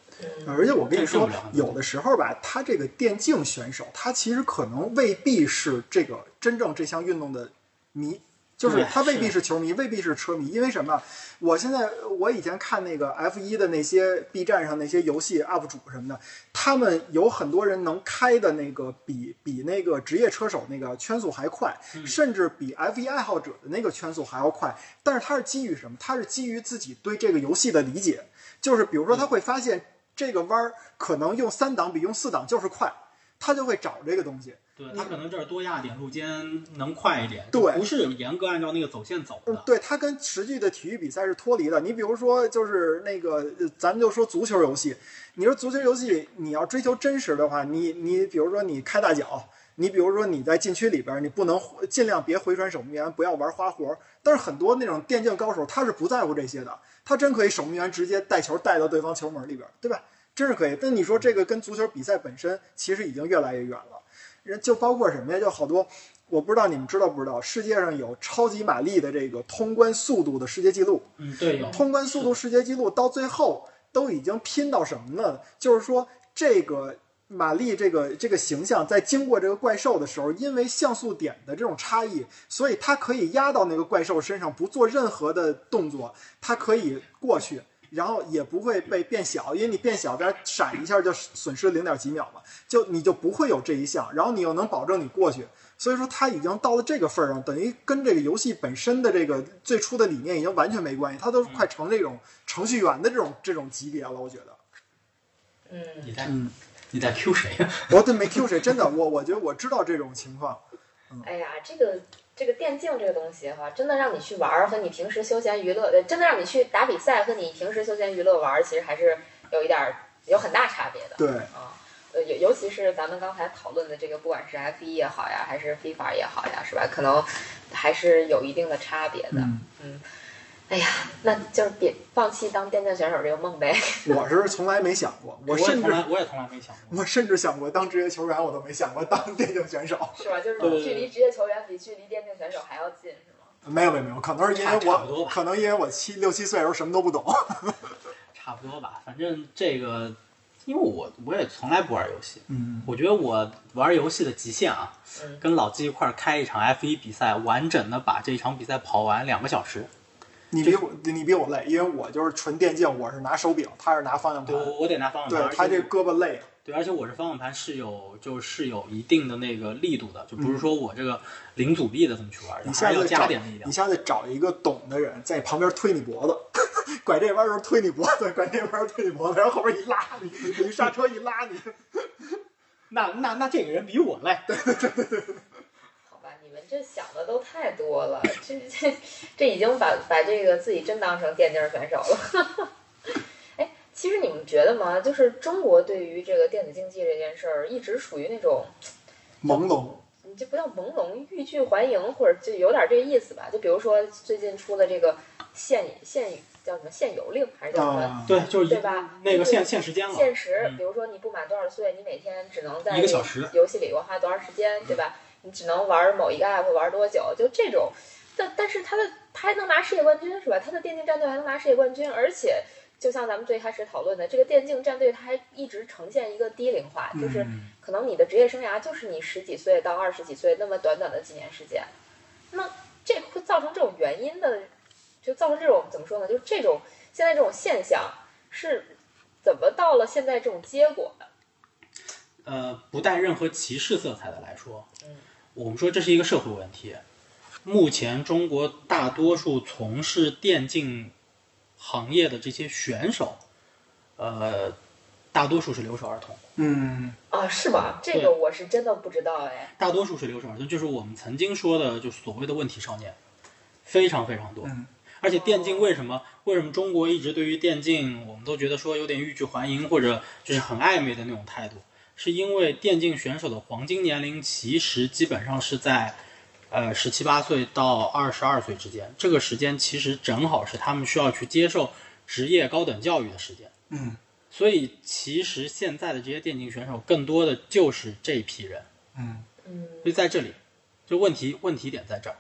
而且我跟你说这受不了，有的时候吧，他这个电竞选手，他其实可能未必是这个真正这项运动的迷，就是对他未必是是球迷，未必是车迷，因为什么？我现在我以前看那个 F 一的那些 B 站上那些游戏 UP 主什么的，他们有很多人能开的那个比比那个职业车手那个圈速还快，嗯甚至比 F 一爱好者的那个圈速还要快。但是他是基于什么？他是基于自己对这个游戏的理解，就是比如说他嗯会发现这个弯儿可能用三档比用四档就是快，他就会找这个东西。对他可能这儿多压点路肩能快一点，嗯对就不是严格按照那个走线走嗯的，。对，它跟实际的体育比赛是脱离的。你比如说，就是那个，呃咱们就说足球游戏。你说足球游戏，你要追求真实的话，你你比如说你开大脚，你比如说你在禁区里边儿，你不能尽量别回传守门员，不要玩花活儿。但是很多那种电竞高手，他是不在乎这些的，他真可以守门员直接带球带到对方球门里边儿，对吧？真是可以。但你说这个跟足球比赛本身其实已经越来越远了，人就包括什么呀？就好多我不知道你们知道不知道，世界上有超级玛丽的这个通关速度的世界纪录，嗯，对，有通关速度世界纪录到最后都已经拼到什么呢？就是说这个玛丽这个这个形象在经过这个怪兽的时候，因为像素点的这种差异，所以它可以压到那个怪兽身上，不做任何的动作，它可以过去。然后也不会被变小，因为你变小边闪一下就损失零点几秒嘛，就你就不会有这一项，然后你又能保证你过去，所以说它已经到了这个份儿上，等于跟这个游戏本身的这个最初的理念已经完全没关系，它都快嗯成这种程序员的这种这种级别了，我觉得。嗯，你在嗯，你在 Q 谁啊呀？我对没 Q 谁，真的，我我觉得我知道这种情况，哎呀，这个这个电竞这个东西哈，真的让你去玩儿和你平时休闲娱乐，呃真的让你去打比赛和你平时休闲娱乐玩儿，其实还是有一点儿有很大差别的。对，啊，呃，尤尤其是咱们刚才讨论的这个，不管是 F 一也好呀，还是 FIFA 也好呀，是吧？可能还是有一定的差别的。嗯，哎呀，那就是别放弃当电竞选手这个梦呗。 我是从来没想过，我也甚至从来我也从来没想过。我甚至想过当职业球员，我都没想过当电竞选手，是吧？就是对距离职业球员比距离电竞选手还要近，是吗？没有没有没有，可能是因为差差不多我吧可能因为我七六七岁的时候什么都不懂，差不多吧，反正这个，因为我我也从来不玩游戏，嗯，我觉得我玩游戏的极限啊嗯，跟老季一块儿开一场 F 一比赛，完整的把这一场比赛跑完两个小时。 你比我你比我累，因为我就是纯电竞，我是拿手柄，他是拿方向对，盘，啊我我得拿方向对盘。他而且这胳膊累，对，而且我这方向盘是有就是有一定的那个力度的，就不是说我这个零阻力的这么去玩，你还嗯下是要次加找点力量你。下次找一个懂的人在旁边推你脖子， 拐这弯儿的时候推你脖子，拐这弯儿推你脖子，然后后边一拉你，你刹车一拉你。 那那那这个人比我累。好吧，你们这想的都太多了，这这这已经把把这个自己真当成电竞选手了。 哎，其实你们觉得吗？就是中国对于这个电子竞技这件事儿，一直属于那种朦胧，你这不叫朦胧，欲拒还迎，或者就有点这意思吧。就比如说最近出的这个限限叫什么限游令，还是叫什么？啊，对，就是一对吧那个就是限限时间了。限时嗯，比如说你不满多少岁，你每天只能在一个小时游戏里头花多长时间，对吧？你只能玩某一个 app 玩多久，就这种。但但是他的他还能拿世界冠军是吧？他的电竞战队还能拿世界冠军，而且就像咱们最开始讨论的，这个电竞战队它还一直呈现一个低龄化，就是嗯可能你的职业生涯就是你十几岁到二十几岁那么短短的几年时间，那这会造成这种原因的，就造成这种怎么说呢？就是这种现在这种现象是怎么到了现在这种结果的？呃，不带任何歧视色彩的来说，嗯我们说这是一个社会问题。目前中国大多数从事电竞行业的这些选手，呃，大多数是留守儿童，嗯，啊，是吗？这对个我是真的不知道哎。大多数是留守儿童，就是我们曾经说的，就所谓的问题少年，非常非常多。嗯而且电竞为什么为什么中国一直对于电竞，我们都觉得说有点欲拒还迎，或者就是很暧昧的那种态度，是因为电竞选手的黄金年龄其实基本上是在。呃，十七八岁到二十二岁之间，这个时间其实正好是他们需要去接受职业高等教育的时间。嗯，所以其实现在的这些电竞选手，更多的就是这一批人，嗯，嗯，就在这里，就问题问题点在这儿，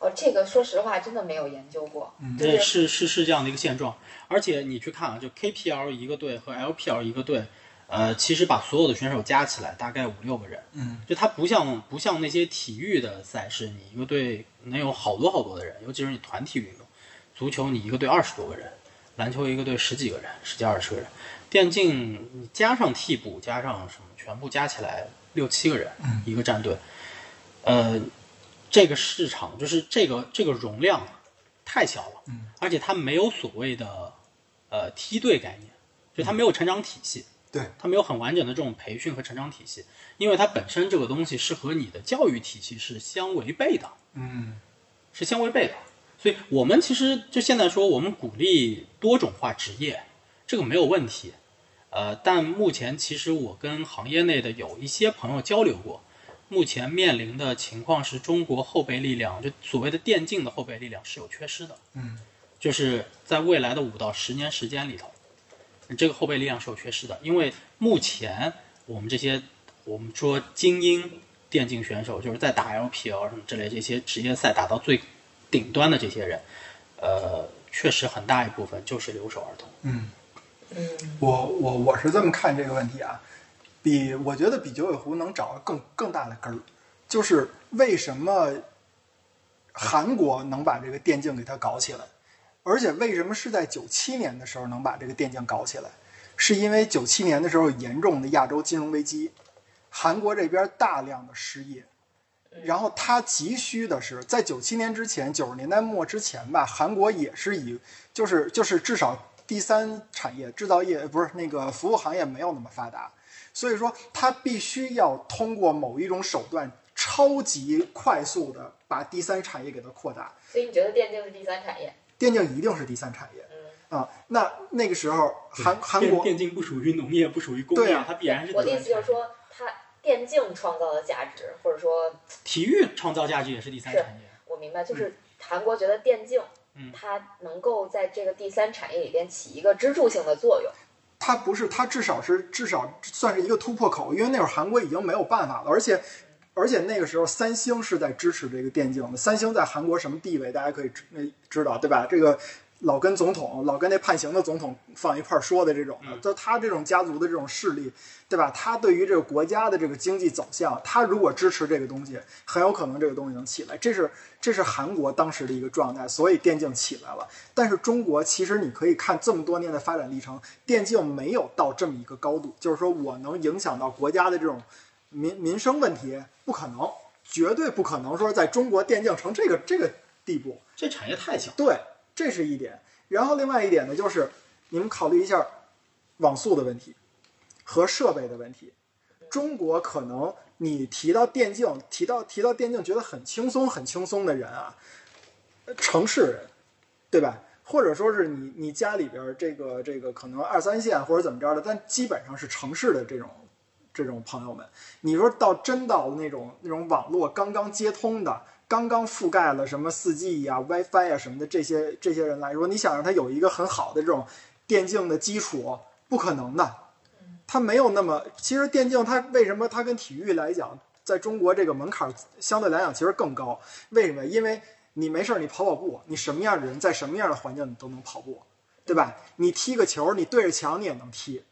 哦，这个说实话真的没有研究过，就嗯对，是是是是这样的一个现状。而且你去看啊，就 KPL 一个队和 LPL 一个队，呃，其实把所有的选手加起来大概五六个人，嗯，就它不像不像那些体育的赛事，你一个队能有好多好多的人，尤其是你团体运动，足球你一个队二十多个人，篮球一个队十几个人，十几二十个人，电竞你加上替补加上什么，全部加起来六七个人、一个战队，呃，这个市场就是这个这个容量啊太小了，嗯，而且它没有所谓的呃梯队概念，就它没有成长体系，对，它没有很完整的这种培训和成长体系，因为它本身这个东西是和你的教育体系是相违背的，嗯，是相违背的。所以我们其实就现在说，我们鼓励多种化职业，这个没有问题。呃，但目前其实我跟行业内的有一些朋友交流过，目前面临的情况是中国后备力量，就所谓的电竞的后备力量是有缺失的。嗯，就是在未来的五到十年时间里头，这个后备力量是有缺失的，因为目前我们这些我们说精英电竞选手，就是在打 LPL 什么之类这些职业赛打到最顶端的这些人，呃，确实很大一部分就是留守儿童。嗯，我我我是这么看这个问题啊，比我觉得比九尾狐能找到更更大的根儿，就是为什么韩国能把这个电竞给它搞起来，而且为什么是在九七年的时候能把这个电竞搞起来，是因为九七年的时候有严重的亚洲金融危机，韩国这边大量的失业。然后它急需的是，在九七年之前，九十年代末之前吧，韩国也是以就是就是至少第三产业制造业不是那个服务行业没有那么发达，所以说它必须要通过某一种手段，超级快速的把第三产业给它扩大。所以你觉得电竞是第三产业？电竞一定是第三产业啊、那那个时候韩韩电国电竞不属于农业，不属于工对业啊，它必然是我的意思就是第三产业说，它电竞创造的价值，或者说体育创造价值也是第三产业。我明白，就是韩国觉得电竞嗯，它能够在这个第三产业里边起一个支柱性的作用。它不是，它至少是至少算是一个突破口，因为那会儿韩国已经没有办法了，而且而且那个时候三星是在支持这个电竞的，三星在韩国什么地位，大家可以知呃知道对吧？这个老跟总统，老跟那判刑的总统放一块儿说的这种的，就他这种家族的这种势力，对吧？他对于这个国家的这个经济走向，他如果支持这个东西，很有可能这个东西能起来，这是这是韩国当时的一个状态，所以电竞起来了。但是中国其实你可以看这么多年的发展历程，电竞没有到这么一个高度，就是说我能影响到国家的这种民民生问题，不可能，绝对不可能说在中国电竞成这个这个地步。这产业太小，对，这是一点。然后另外一点呢，就是你们考虑一下网速的问题和设备的问题。中国可能你提到电竞，提到提到电竞，觉得很轻松很轻松的人啊，呃城市人，对吧？或者说是你你家里边儿这个这个可能二三线或者怎么着的，但基本上是城市的这种这种朋友们。你说到真到那种那种网络刚刚接通的，刚刚覆盖了什么四 G 呀、WiFi 啊什么的这些这些人来说，你想让他有一个很好的这种电竞的基础，不可能的。它没有那么，其实电竞它为什么它跟体育来讲，在中国这个门槛相对来讲其实更高？为什么？因为你没事儿你跑跑步，你什么样的人在什么样的环境你都能跑步，对吧？你踢个球，你对着墙你也能踢，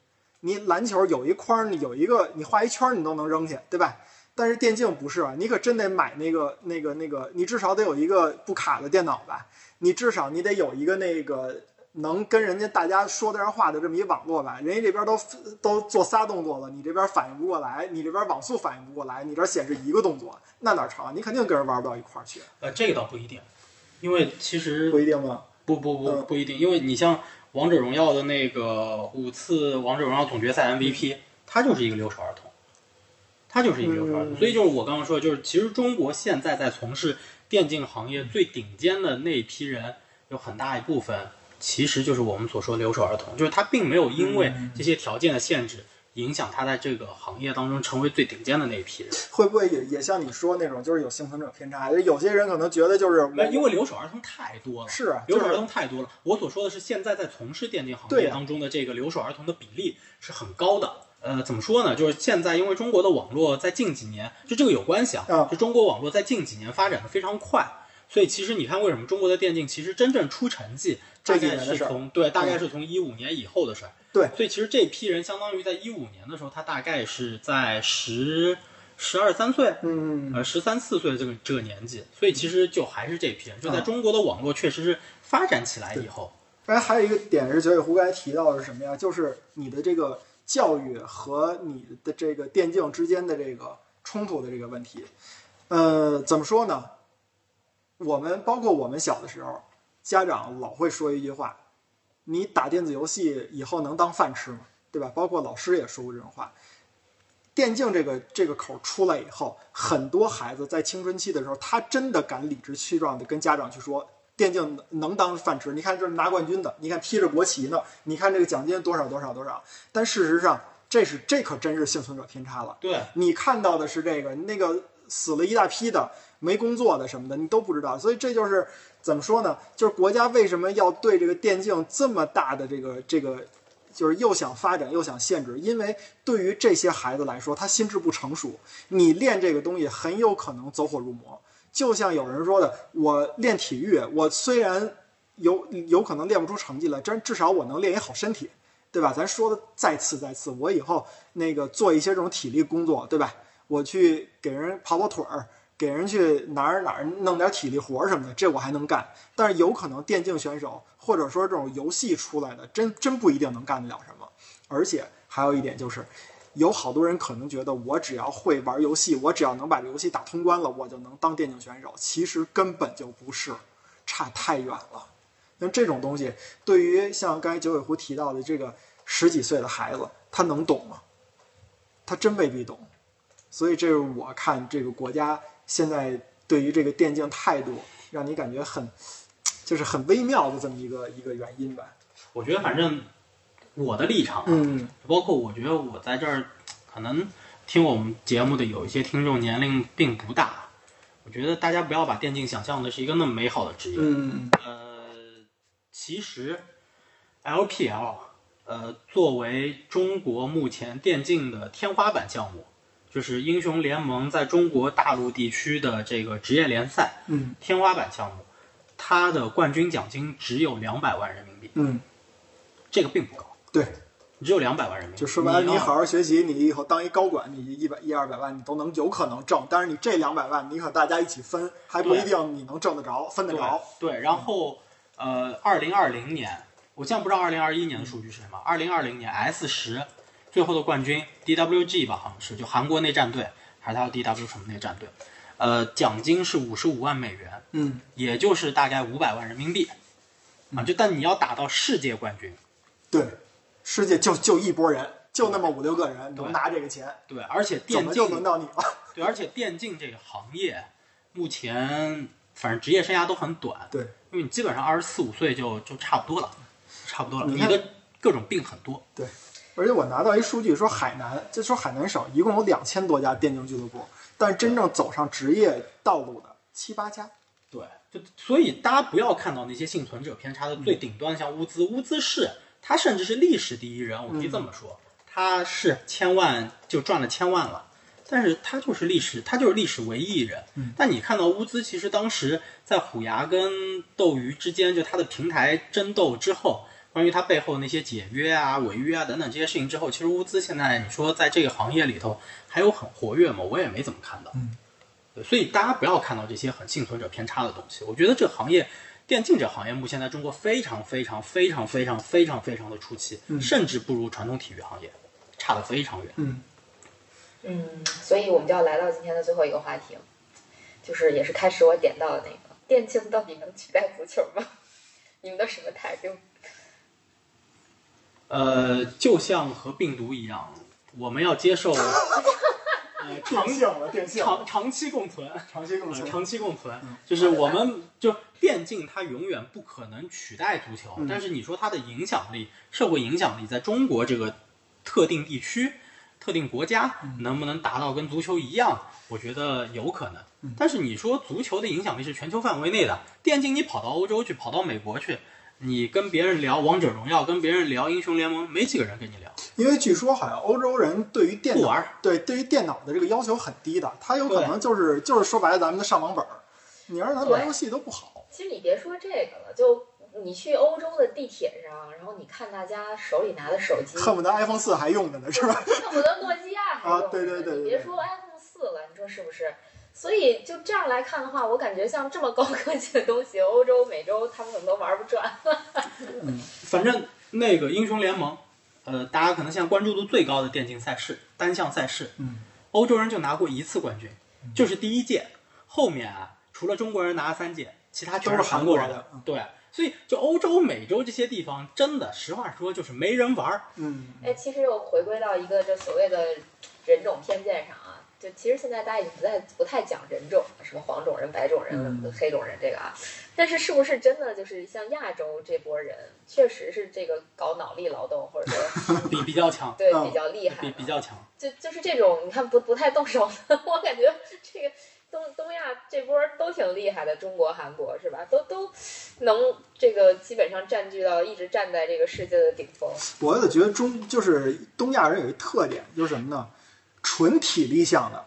你篮球有一框儿，你有一个你画一圈儿你都能扔去，对吧？但是电竞不是啊，你可真得买那个那个那个，你至少得有一个不卡的电脑吧？你至少你得有一个那个能跟人家大家说得上话的这么一网络吧？人家这边都都做仨动作了，你这边反应不过来，你这边网速反应不过来，你这显示一个动作，那哪成啊？你肯定跟人玩不到一块儿去，呃，这个倒不一定，因为其实不一定吗？不不不嗯不一定，因为你像王者荣耀的那个五次王者荣耀总决嗯赛 MVP，他就是一个留守儿童，他就是一个留守儿童。嗯所以就是我刚刚说的，就是其实中国现在在从事电竞行业最顶尖的那一批人，有很大一部分其实就是我们所说留守儿童，就是他并没有因为嗯这些条件的限制影响他在这个行业当中成为最顶尖的那一批人。会不会也也像你说那种，就是有幸存者偏差？有些人可能觉得就是我那因为留守儿童太多了，是啊留守就是儿童太多了。我所说的是，现在在从事电竞行对业啊当中的这个留守儿童的比例是很高的。呃，怎么说呢？就是现在，因为中国的网络在近几年，就这个有关系嗯啊，就中国网络在近几年发展的非常快，所以其实你看，为什么中国的电竞其实真正出成绩，这大几概年的是事儿从对，大概嗯是从一五年以后的事儿。对所以其实这批人相当于在一五年的时候，他大概是在十十二三岁，嗯，呃，十三四岁这个这个年纪，所以其实就还是这批人，就在嗯中国的网络确实是发展起来以后，哎，还有一个点是九尾狐刚才提到的是什么呀？就是你的这个教育和你的这个电竞之间的这个冲突的这个问题。呃，怎么说呢？我们包括我们小的时候，家长老会说一句话：“你打电子游戏以后能当饭吃吗？”对吧？包括老师也说过这种话。电竞这个这个口出来以后，很多孩子在青春期的时候，他真的敢理直气壮的跟家长去说，电竞能当饭吃。你看这是拿冠军的，你看披着国旗呢，你看这个奖金多少多少多少。但事实上，这是这可真是幸存者偏差了。对，你看到的是这个，那个死了一大批的，没工作的什么的，你都不知道。所以这就是怎么说呢？就是国家为什么要对这个电竞这么大的这个这个，就是又想发展又想限制，因为对于这些孩子来说，他心智不成熟，你练这个东西很有可能走火入魔。就像有人说的，我练体育，我虽然有有可能练不出成绩来，但至少我能练一好身体，对吧？咱说的再次再次，我以后那个做一些这种体力工作，对吧？我去给人跑跑腿儿，给人去哪儿哪儿弄点体力活儿什么的，这我还能干。但是有可能电竞选手或者说这种游戏出来的，真真不一定能干得了什么。而且还有一点就是，有好多人可能觉得我只要会玩游戏，我只要能把这游戏打通关了，我就能当电竞选手。其实根本就不是，差太远了。那这种东西，对于像刚才九尾狐提到的这个十几岁的孩子，他能懂吗？他真未必懂。所以这是我看这个国家现在对于这个电竞态度，让你感觉很，就是很微妙的这么一个一个原因吧。我觉得反正我的立场，，啊嗯包括我觉得我在这儿可能听我们节目的有一些听众年龄并不大，我觉得大家不要把电竞想象的是一个那么美好的职业，嗯呃，其实 LPL 呃作为中国目前电竞的天花板项目，就是英雄联盟在中国大陆地区的这个职业联赛嗯天花板项目，它的冠军奖金只有两百万人民币，嗯，这个并不高，对，只有两百万人民币。就说白了，你你要好好学习，你以后当一高管，你一百一二百万你都能有可能挣，但是你这两百万，你可大家一起分，还不一定你能挣得着，分得着。对，对然后呃，二零二零年，我现在不知道二零二一年的数据是什么。二零二零年 S 十最后的冠军 DWG 吧，好像是就韩国那战队，还是他的 DW 什么那战队，呃，奖金是五十五万美元，嗯，也就是大概五百万人民币啊。就但你要打到世界冠军，对，世界就就一波人，就那么五六个人能拿这个钱，对，而且怎电么就轮竞到你了？ 对，而且电竞这个行业目前反正职业生涯都很短，对，因为你基本上二十四五岁就就差不多了，差不多了，你你看的各种病很多。而且我拿到一数据说，海南就说海南省一共有两千多家电竞俱乐部，但是真正走上职业道路的七八家。对，就所以大家不要看到那些幸存者偏差的最顶端，像乌兹，乌兹是他甚至是历史第一人，我可以这么说，他是千万就赚了千万了。但是他就是历史，他就是历史唯一人。嗯但你看到乌兹，其实当时在虎牙跟斗鱼之间，就他的平台争斗之后，关于他背后那些解约啊、违约啊等等这些事情之后，其实乌兹现在你说在这个行业里头还有很活跃吗？我也没怎么看到。对，所以大家不要看到这些很幸存者偏差的东西。我觉得这个行业，电竞这个行业目前在中国非常非常非常非常非常非常的初期，甚至不如传统体育行业，差得非常远。嗯，嗯，所以我们就要来到今天的最后一个话题了，就是也是开始我点到的那个，电竞到底能取代足球吗？ 你们都什么态度？呃，就像和病毒一样，我们要接受呃长电竞了，电竞了，长长期共存。长期更呃存。长期共存，就是我们就电竞它永远不可能取代足球，嗯但是你说它的影响力、社会影响力，在中国这个特定地区、特定国家，能不能达到跟足球一样？我觉得有可能。但是你说足球的影响力是全球范围内的，电竞你跑到欧洲去，跑到美国去，你跟别人聊王者荣耀，跟别人聊英雄联盟，没几个人跟你聊。因为据说好像欧洲人对于电不脑玩儿对对于电脑的这个要求很低的，他有可能就是就是说白了咱们的上网本儿，你让他玩游戏都不好。其实你别说这个了，就你去欧洲的地铁上，然后你看大家手里拿的手机，恨不得 iPhone 四还用着呢，是吧？恨不得诺基亚还啊用对对呢对你对别对说 iPhone 四了，你说是不是？所以就这样来看的话，我感觉像这么高科技的东西，欧洲、美洲他们可能都玩不转。反正那个英雄联盟，呃，大家可能现在关注度最高的电竞赛事，单项赛事，嗯，欧洲人就拿过一次冠军，就是第一届。后面啊，除了中国人拿了三届，其他全都是韩韩国国人的嗯对，所以就欧洲、美洲这些地方，真的实话说就是没人玩 儿。嗯，哎，其实又回归到一个这所谓的人种偏见上啊，就其实现在大家已经不太不太讲人种了，什么黄种人、白种人、嗯黑种人这个啊，但是是不是真的就是像亚洲这波人，确实是这个搞脑力劳动或者说比比较强， 对嗯比较厉害比呢，比较强。就就是这种，你看不不太动手的， 我感觉这个东东亚这波都挺厉害的，中国、韩国是吧？都都能这个基本上占据到一直站在这个世界的顶峰。我也觉得中就是东亚人有一特点，就是什么呢？纯体力项的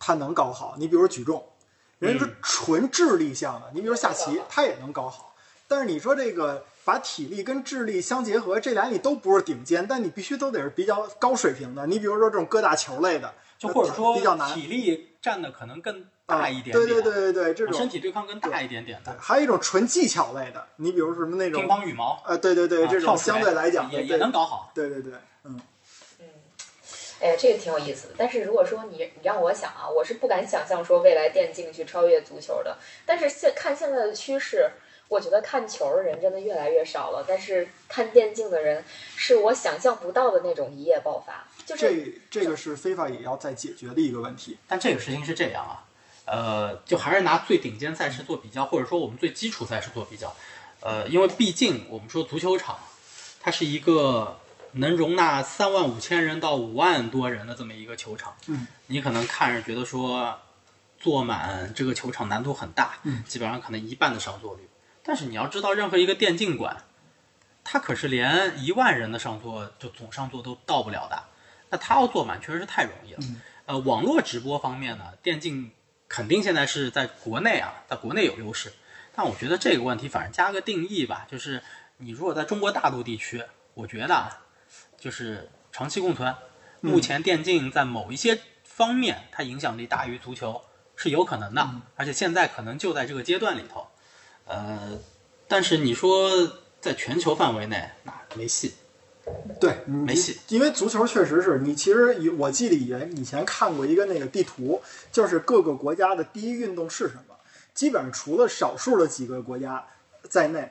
他能搞好，你比如说举重，人家说嗯纯智力项的，你比如说下棋嗯，他也能搞好。但是你说这个把体力跟智力相结合，这俩你都不是顶尖，但你必须都得是比较高水平的。你比如说这种各大球类的，就或者说比较难，体力占的可能更啊大一点点，对对对对对，这啊身种。体对抗更大一点点对的，还有一种纯技巧类的，你比如说什么那种，乒乓、羽毛，呃，对对对，啊这跳种水相对来讲，也对也能搞好。对对对，嗯，嗯，哎呀，这个挺有意思的。但是如果说你你让我想啊，我是不敢想象说未来电竞去超越足球的。但是现看现在的趋势，我觉得看球的人真的越来越少了，但是看电竞的人是我想象不到的那种一夜爆发。就是这这个是非法也要在解决的一个问题。但这个事情是这样啊，呃，就还是拿最顶尖赛事做比较，或者说我们最基础赛事做比较，呃，因为毕竟我们说足球场，它是一个能容纳三万五千人到五万多人的这么一个球场，嗯，你可能看着觉得说坐满这个球场难度很大，嗯，基本上可能一半的上座率，但是你要知道，任何一个电竞馆。它可是连一万人的上座就总上座都到不了的，那它要坐满确实是太容易了。嗯呃，网络直播方面呢，电竞肯定现在是在国内啊，在国内有优势。但我觉得这个问题反正加个定义吧，就是你如果在中国大陆地区，我觉得啊，就是长期共存。目前电竞在某一些方面，它影响力大于足球是有可能的，而且现在可能就在这个阶段里头。呃，但是你说在全球范围内，那没戏。对，没没戏。嗯因为足球确实是你，其实以我记得以前以前看过一个那个地图，就是各个国家的第一运动是什么，基本上除了少数的几个国家在内，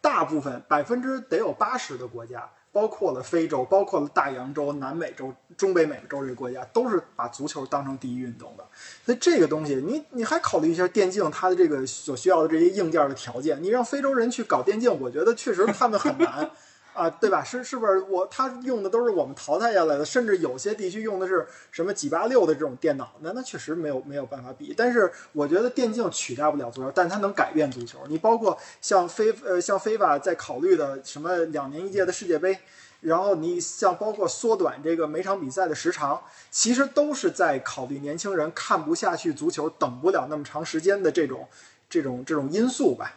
大部分百分之得有八十的国家，包括了非洲，包括了大洋洲、南美洲、中北美洲这些国家，都是把足球当成第一运动的。所以这个东西，你你还考虑一下电竞它的这个所需要的这些硬件的条件。你让非洲人去搞电竞，我觉得确实他们很难啊，对吧？是是不是我他用的都是我们淘汰下来的，甚至有些地区用的是什么几八六的这种电脑，那那确实没有没有办法比。但是我觉得电竞取代不了足球，但它能改变足球。你包括像非呃像非法在考虑的什么两年一届的世界杯。然后你像包括缩短这个每场比赛的时长，其实都是在考虑年轻人看不下去足球，等不了那么长时间的这种这种这种因素吧。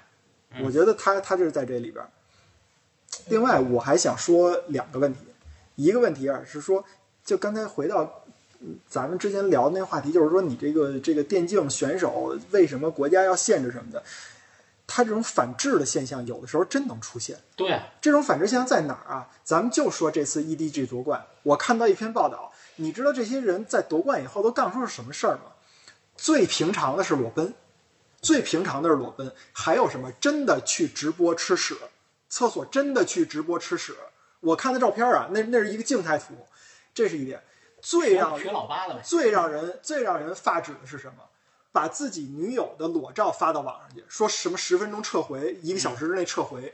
我觉得他他就是在这里边儿。另外，我还想说两个问题，一个问题啊是说，就刚才回到嗯咱们之前聊的那话题，就是说你这个这个电竞选手为什么国家要限制什么的，他这种反制的现象有的时候真能出现。对，这种反制现象在哪儿啊？咱们就说这次 EDG 夺冠，我看到一篇报道，你知道这些人在夺冠以后都干出了什么事儿吗？最平常的是裸奔，最平常的是裸奔，还有什么真的去直播吃屎，厕所真的去直播吃屎。我看的照片啊，那那是一个静态图，这是一点。最让学老八了呗。最让人最让人发指的是什么？把自己女友的裸照发到网上去，说什么十分钟撤回，一个小时之内撤回。嗯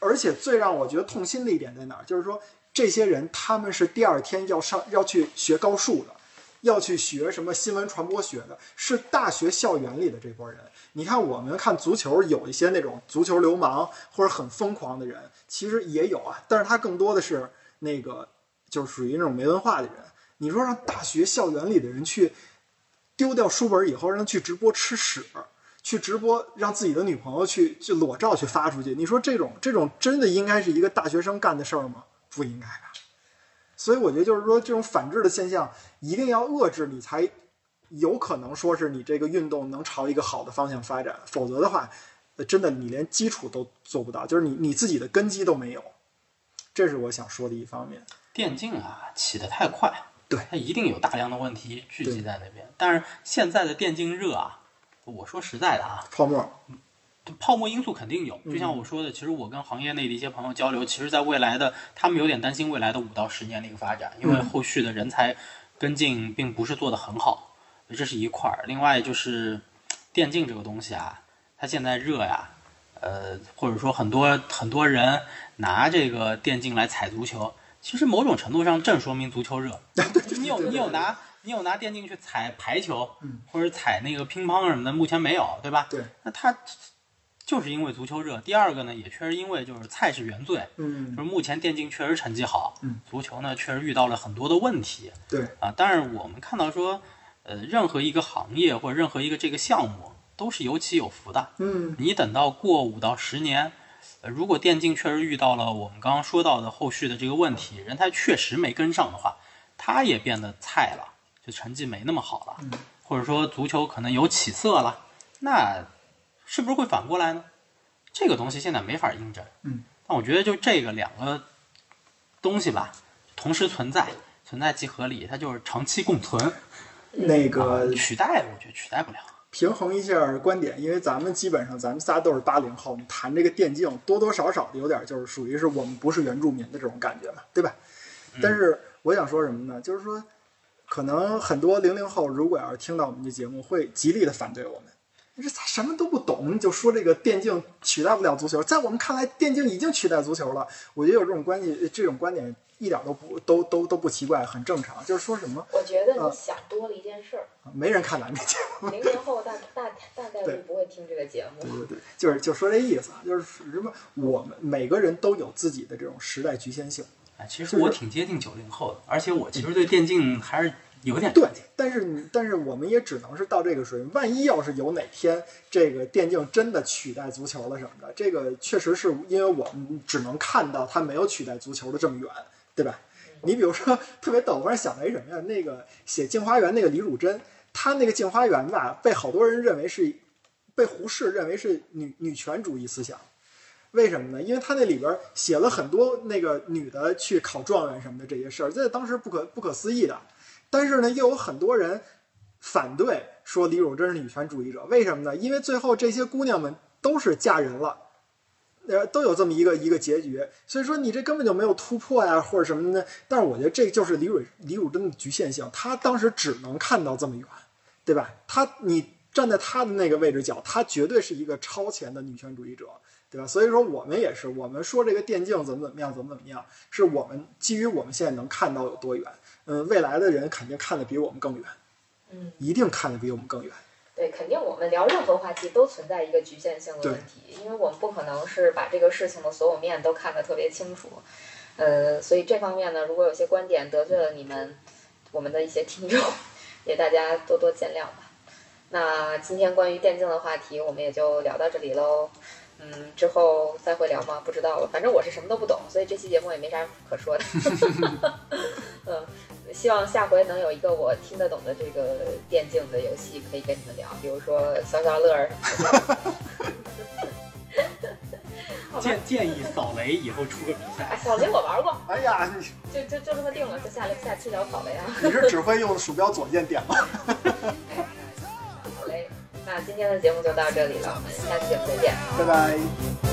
而且最让我觉得痛心的一点在哪儿，就是说这些人他们是第二天要上要去学高数的，要去学什么新闻传播学的，是大学校园里的这波人。你看我们看足球，有一些那种足球流氓或者很疯狂的人，其实也有啊，但是他更多的是那个就是属于那种没文化的人。你说让大学校园里的人去丢掉书本以后，让他去直播吃屎，去直播让自己的女朋友去去裸照去发出去，你说这种这种真的应该是一个大学生干的事儿吗？不应该吧。所以我觉得就是说，这种反制的现象一定要遏制，你才有可能说是你这个运动能朝一个好的方向发展，否则的话，呃真的你连基础都做不到，就是你你自己的根基都没有。这是我想说的一方面。电竞啊起得太快，对它一定有大量的问题聚集在那边。但是现在的电竞热啊，我说实在的啊，泡沫，泡沫因素肯定有。就像我说的，其实我跟行业内的一些朋友交流，其实，在未来的他们有点担心未来的五到十年的一个发展，因为后续的人才跟进并不是做得很好，这是一块儿。另外就是电竞这个东西啊，它现在热呀，呃，或者说很多很多人拿这个电竞来踩足球，其实某种程度上正说明足球热。你有你有拿你有拿电竞去踩排球，或者踩那个乒乓什么的，目前没有，对吧？对。那它就是因为足球热。第二个呢，也确实因为就是菜是原罪，就嗯，是目前电竞确实成绩好，嗯，足球呢确实遇到了很多的问题，对啊，但是我们看到说，呃，任何一个行业或者任何一个这个项目都是有起有伏的，嗯，你等到过五到十年，呃如果电竞确实遇到了我们刚刚说到的后续的这个问题，人才确实没跟上的话，他也变得菜了，就成绩没那么好嗯了，或者说足球可能有起色了，那是不是会反过来呢？这个东西现在没法印证。嗯，但我觉得就这个两个东西吧，同时存在，存在即合理，它就是长期共存。那个取代，我觉得取代不了。平衡一下观点，因为咱们基本上咱们仨都是八零后，你谈这个电竞多多少少的有点就是属于是我们不是原住民的这种感觉嘛，对吧？但是我想说什么呢？就是说，可能很多零零后如果要是听到我们这节目，会极力的反对我们。你这啥什么都不懂，就说这个电竞取代不了足球，在我们看来，电竞已经取代足球了。我觉得有这种关系，这种观点一点都不都都都不奇怪，很正常。就是说什么我觉得啊你想多了一件事儿，没人看咱们这节目。零零后大大大概率不会听这个节目对。对对，就是就说这意思，啊就是什么，我们每个人都有自己的这种时代局限性。哎，其实就是我挺接近九零后的，而且我其实对电竞还是有点对，但是你但是我们也只能是到这个水平。万一要是有哪天这个电竞真的取代足球了什么的，这个确实是因为我们只能看到它没有取代足球的这么远，对吧？你比如说特别逗，我让想到一什么呀？那个写《镜花缘》那个李汝珍，她那个《镜花缘》吧，被好多人认为是被胡适认为是女女权主义思想。为什么呢？因为他那里边写了很多那个女的去考状元什么的这些事儿，这在当时不可不可思议的。但是呢，又有很多人反对说李汝珍是女权主义者，为什么呢？因为最后这些姑娘们都是嫁人了。呃，都有这么一个一个结局，所以说你这根本就没有突破呀，或者什么的。但是我觉得这就是李汝李汝珍的局限性，她当时只能看到这么远，对吧？她你站在她的那个位置讲，她绝对是一个超前的女权主义者，对吧？所以说我们也是，我们说这个电竞怎么怎么样，怎么怎么样，是我们基于我们现在能看到有多远，嗯，未来的人肯定看得比我们更远，嗯，一定看得比我们更远。对，肯定我们聊任何话题都存在一个局限性的对问题，因为我们不可能是把这个事情的所有面都看得特别清楚。呃，所以这方面呢，如果有些观点得罪了你们，我们的一些听众，也大家多多见谅吧。那今天关于电竞的话题，我们也就聊到这里喽。嗯，之后再会聊吗？不知道了，反正我是什么都不懂，所以这期节目也没啥可说的。 嗯，希望下回能有一个我听得懂的这个电竞的游戏可以跟你们聊，比如说消消乐儿什么的。好吧，建建议扫雷以后出个比哎赛，扫雷我玩过，哎呀，你就就就这么定了，就下下期聊扫雷啊。你是只会用鼠标左键点 吗？好嘞，那今天的节目就到这里了，我们下期节目再见。拜拜。 「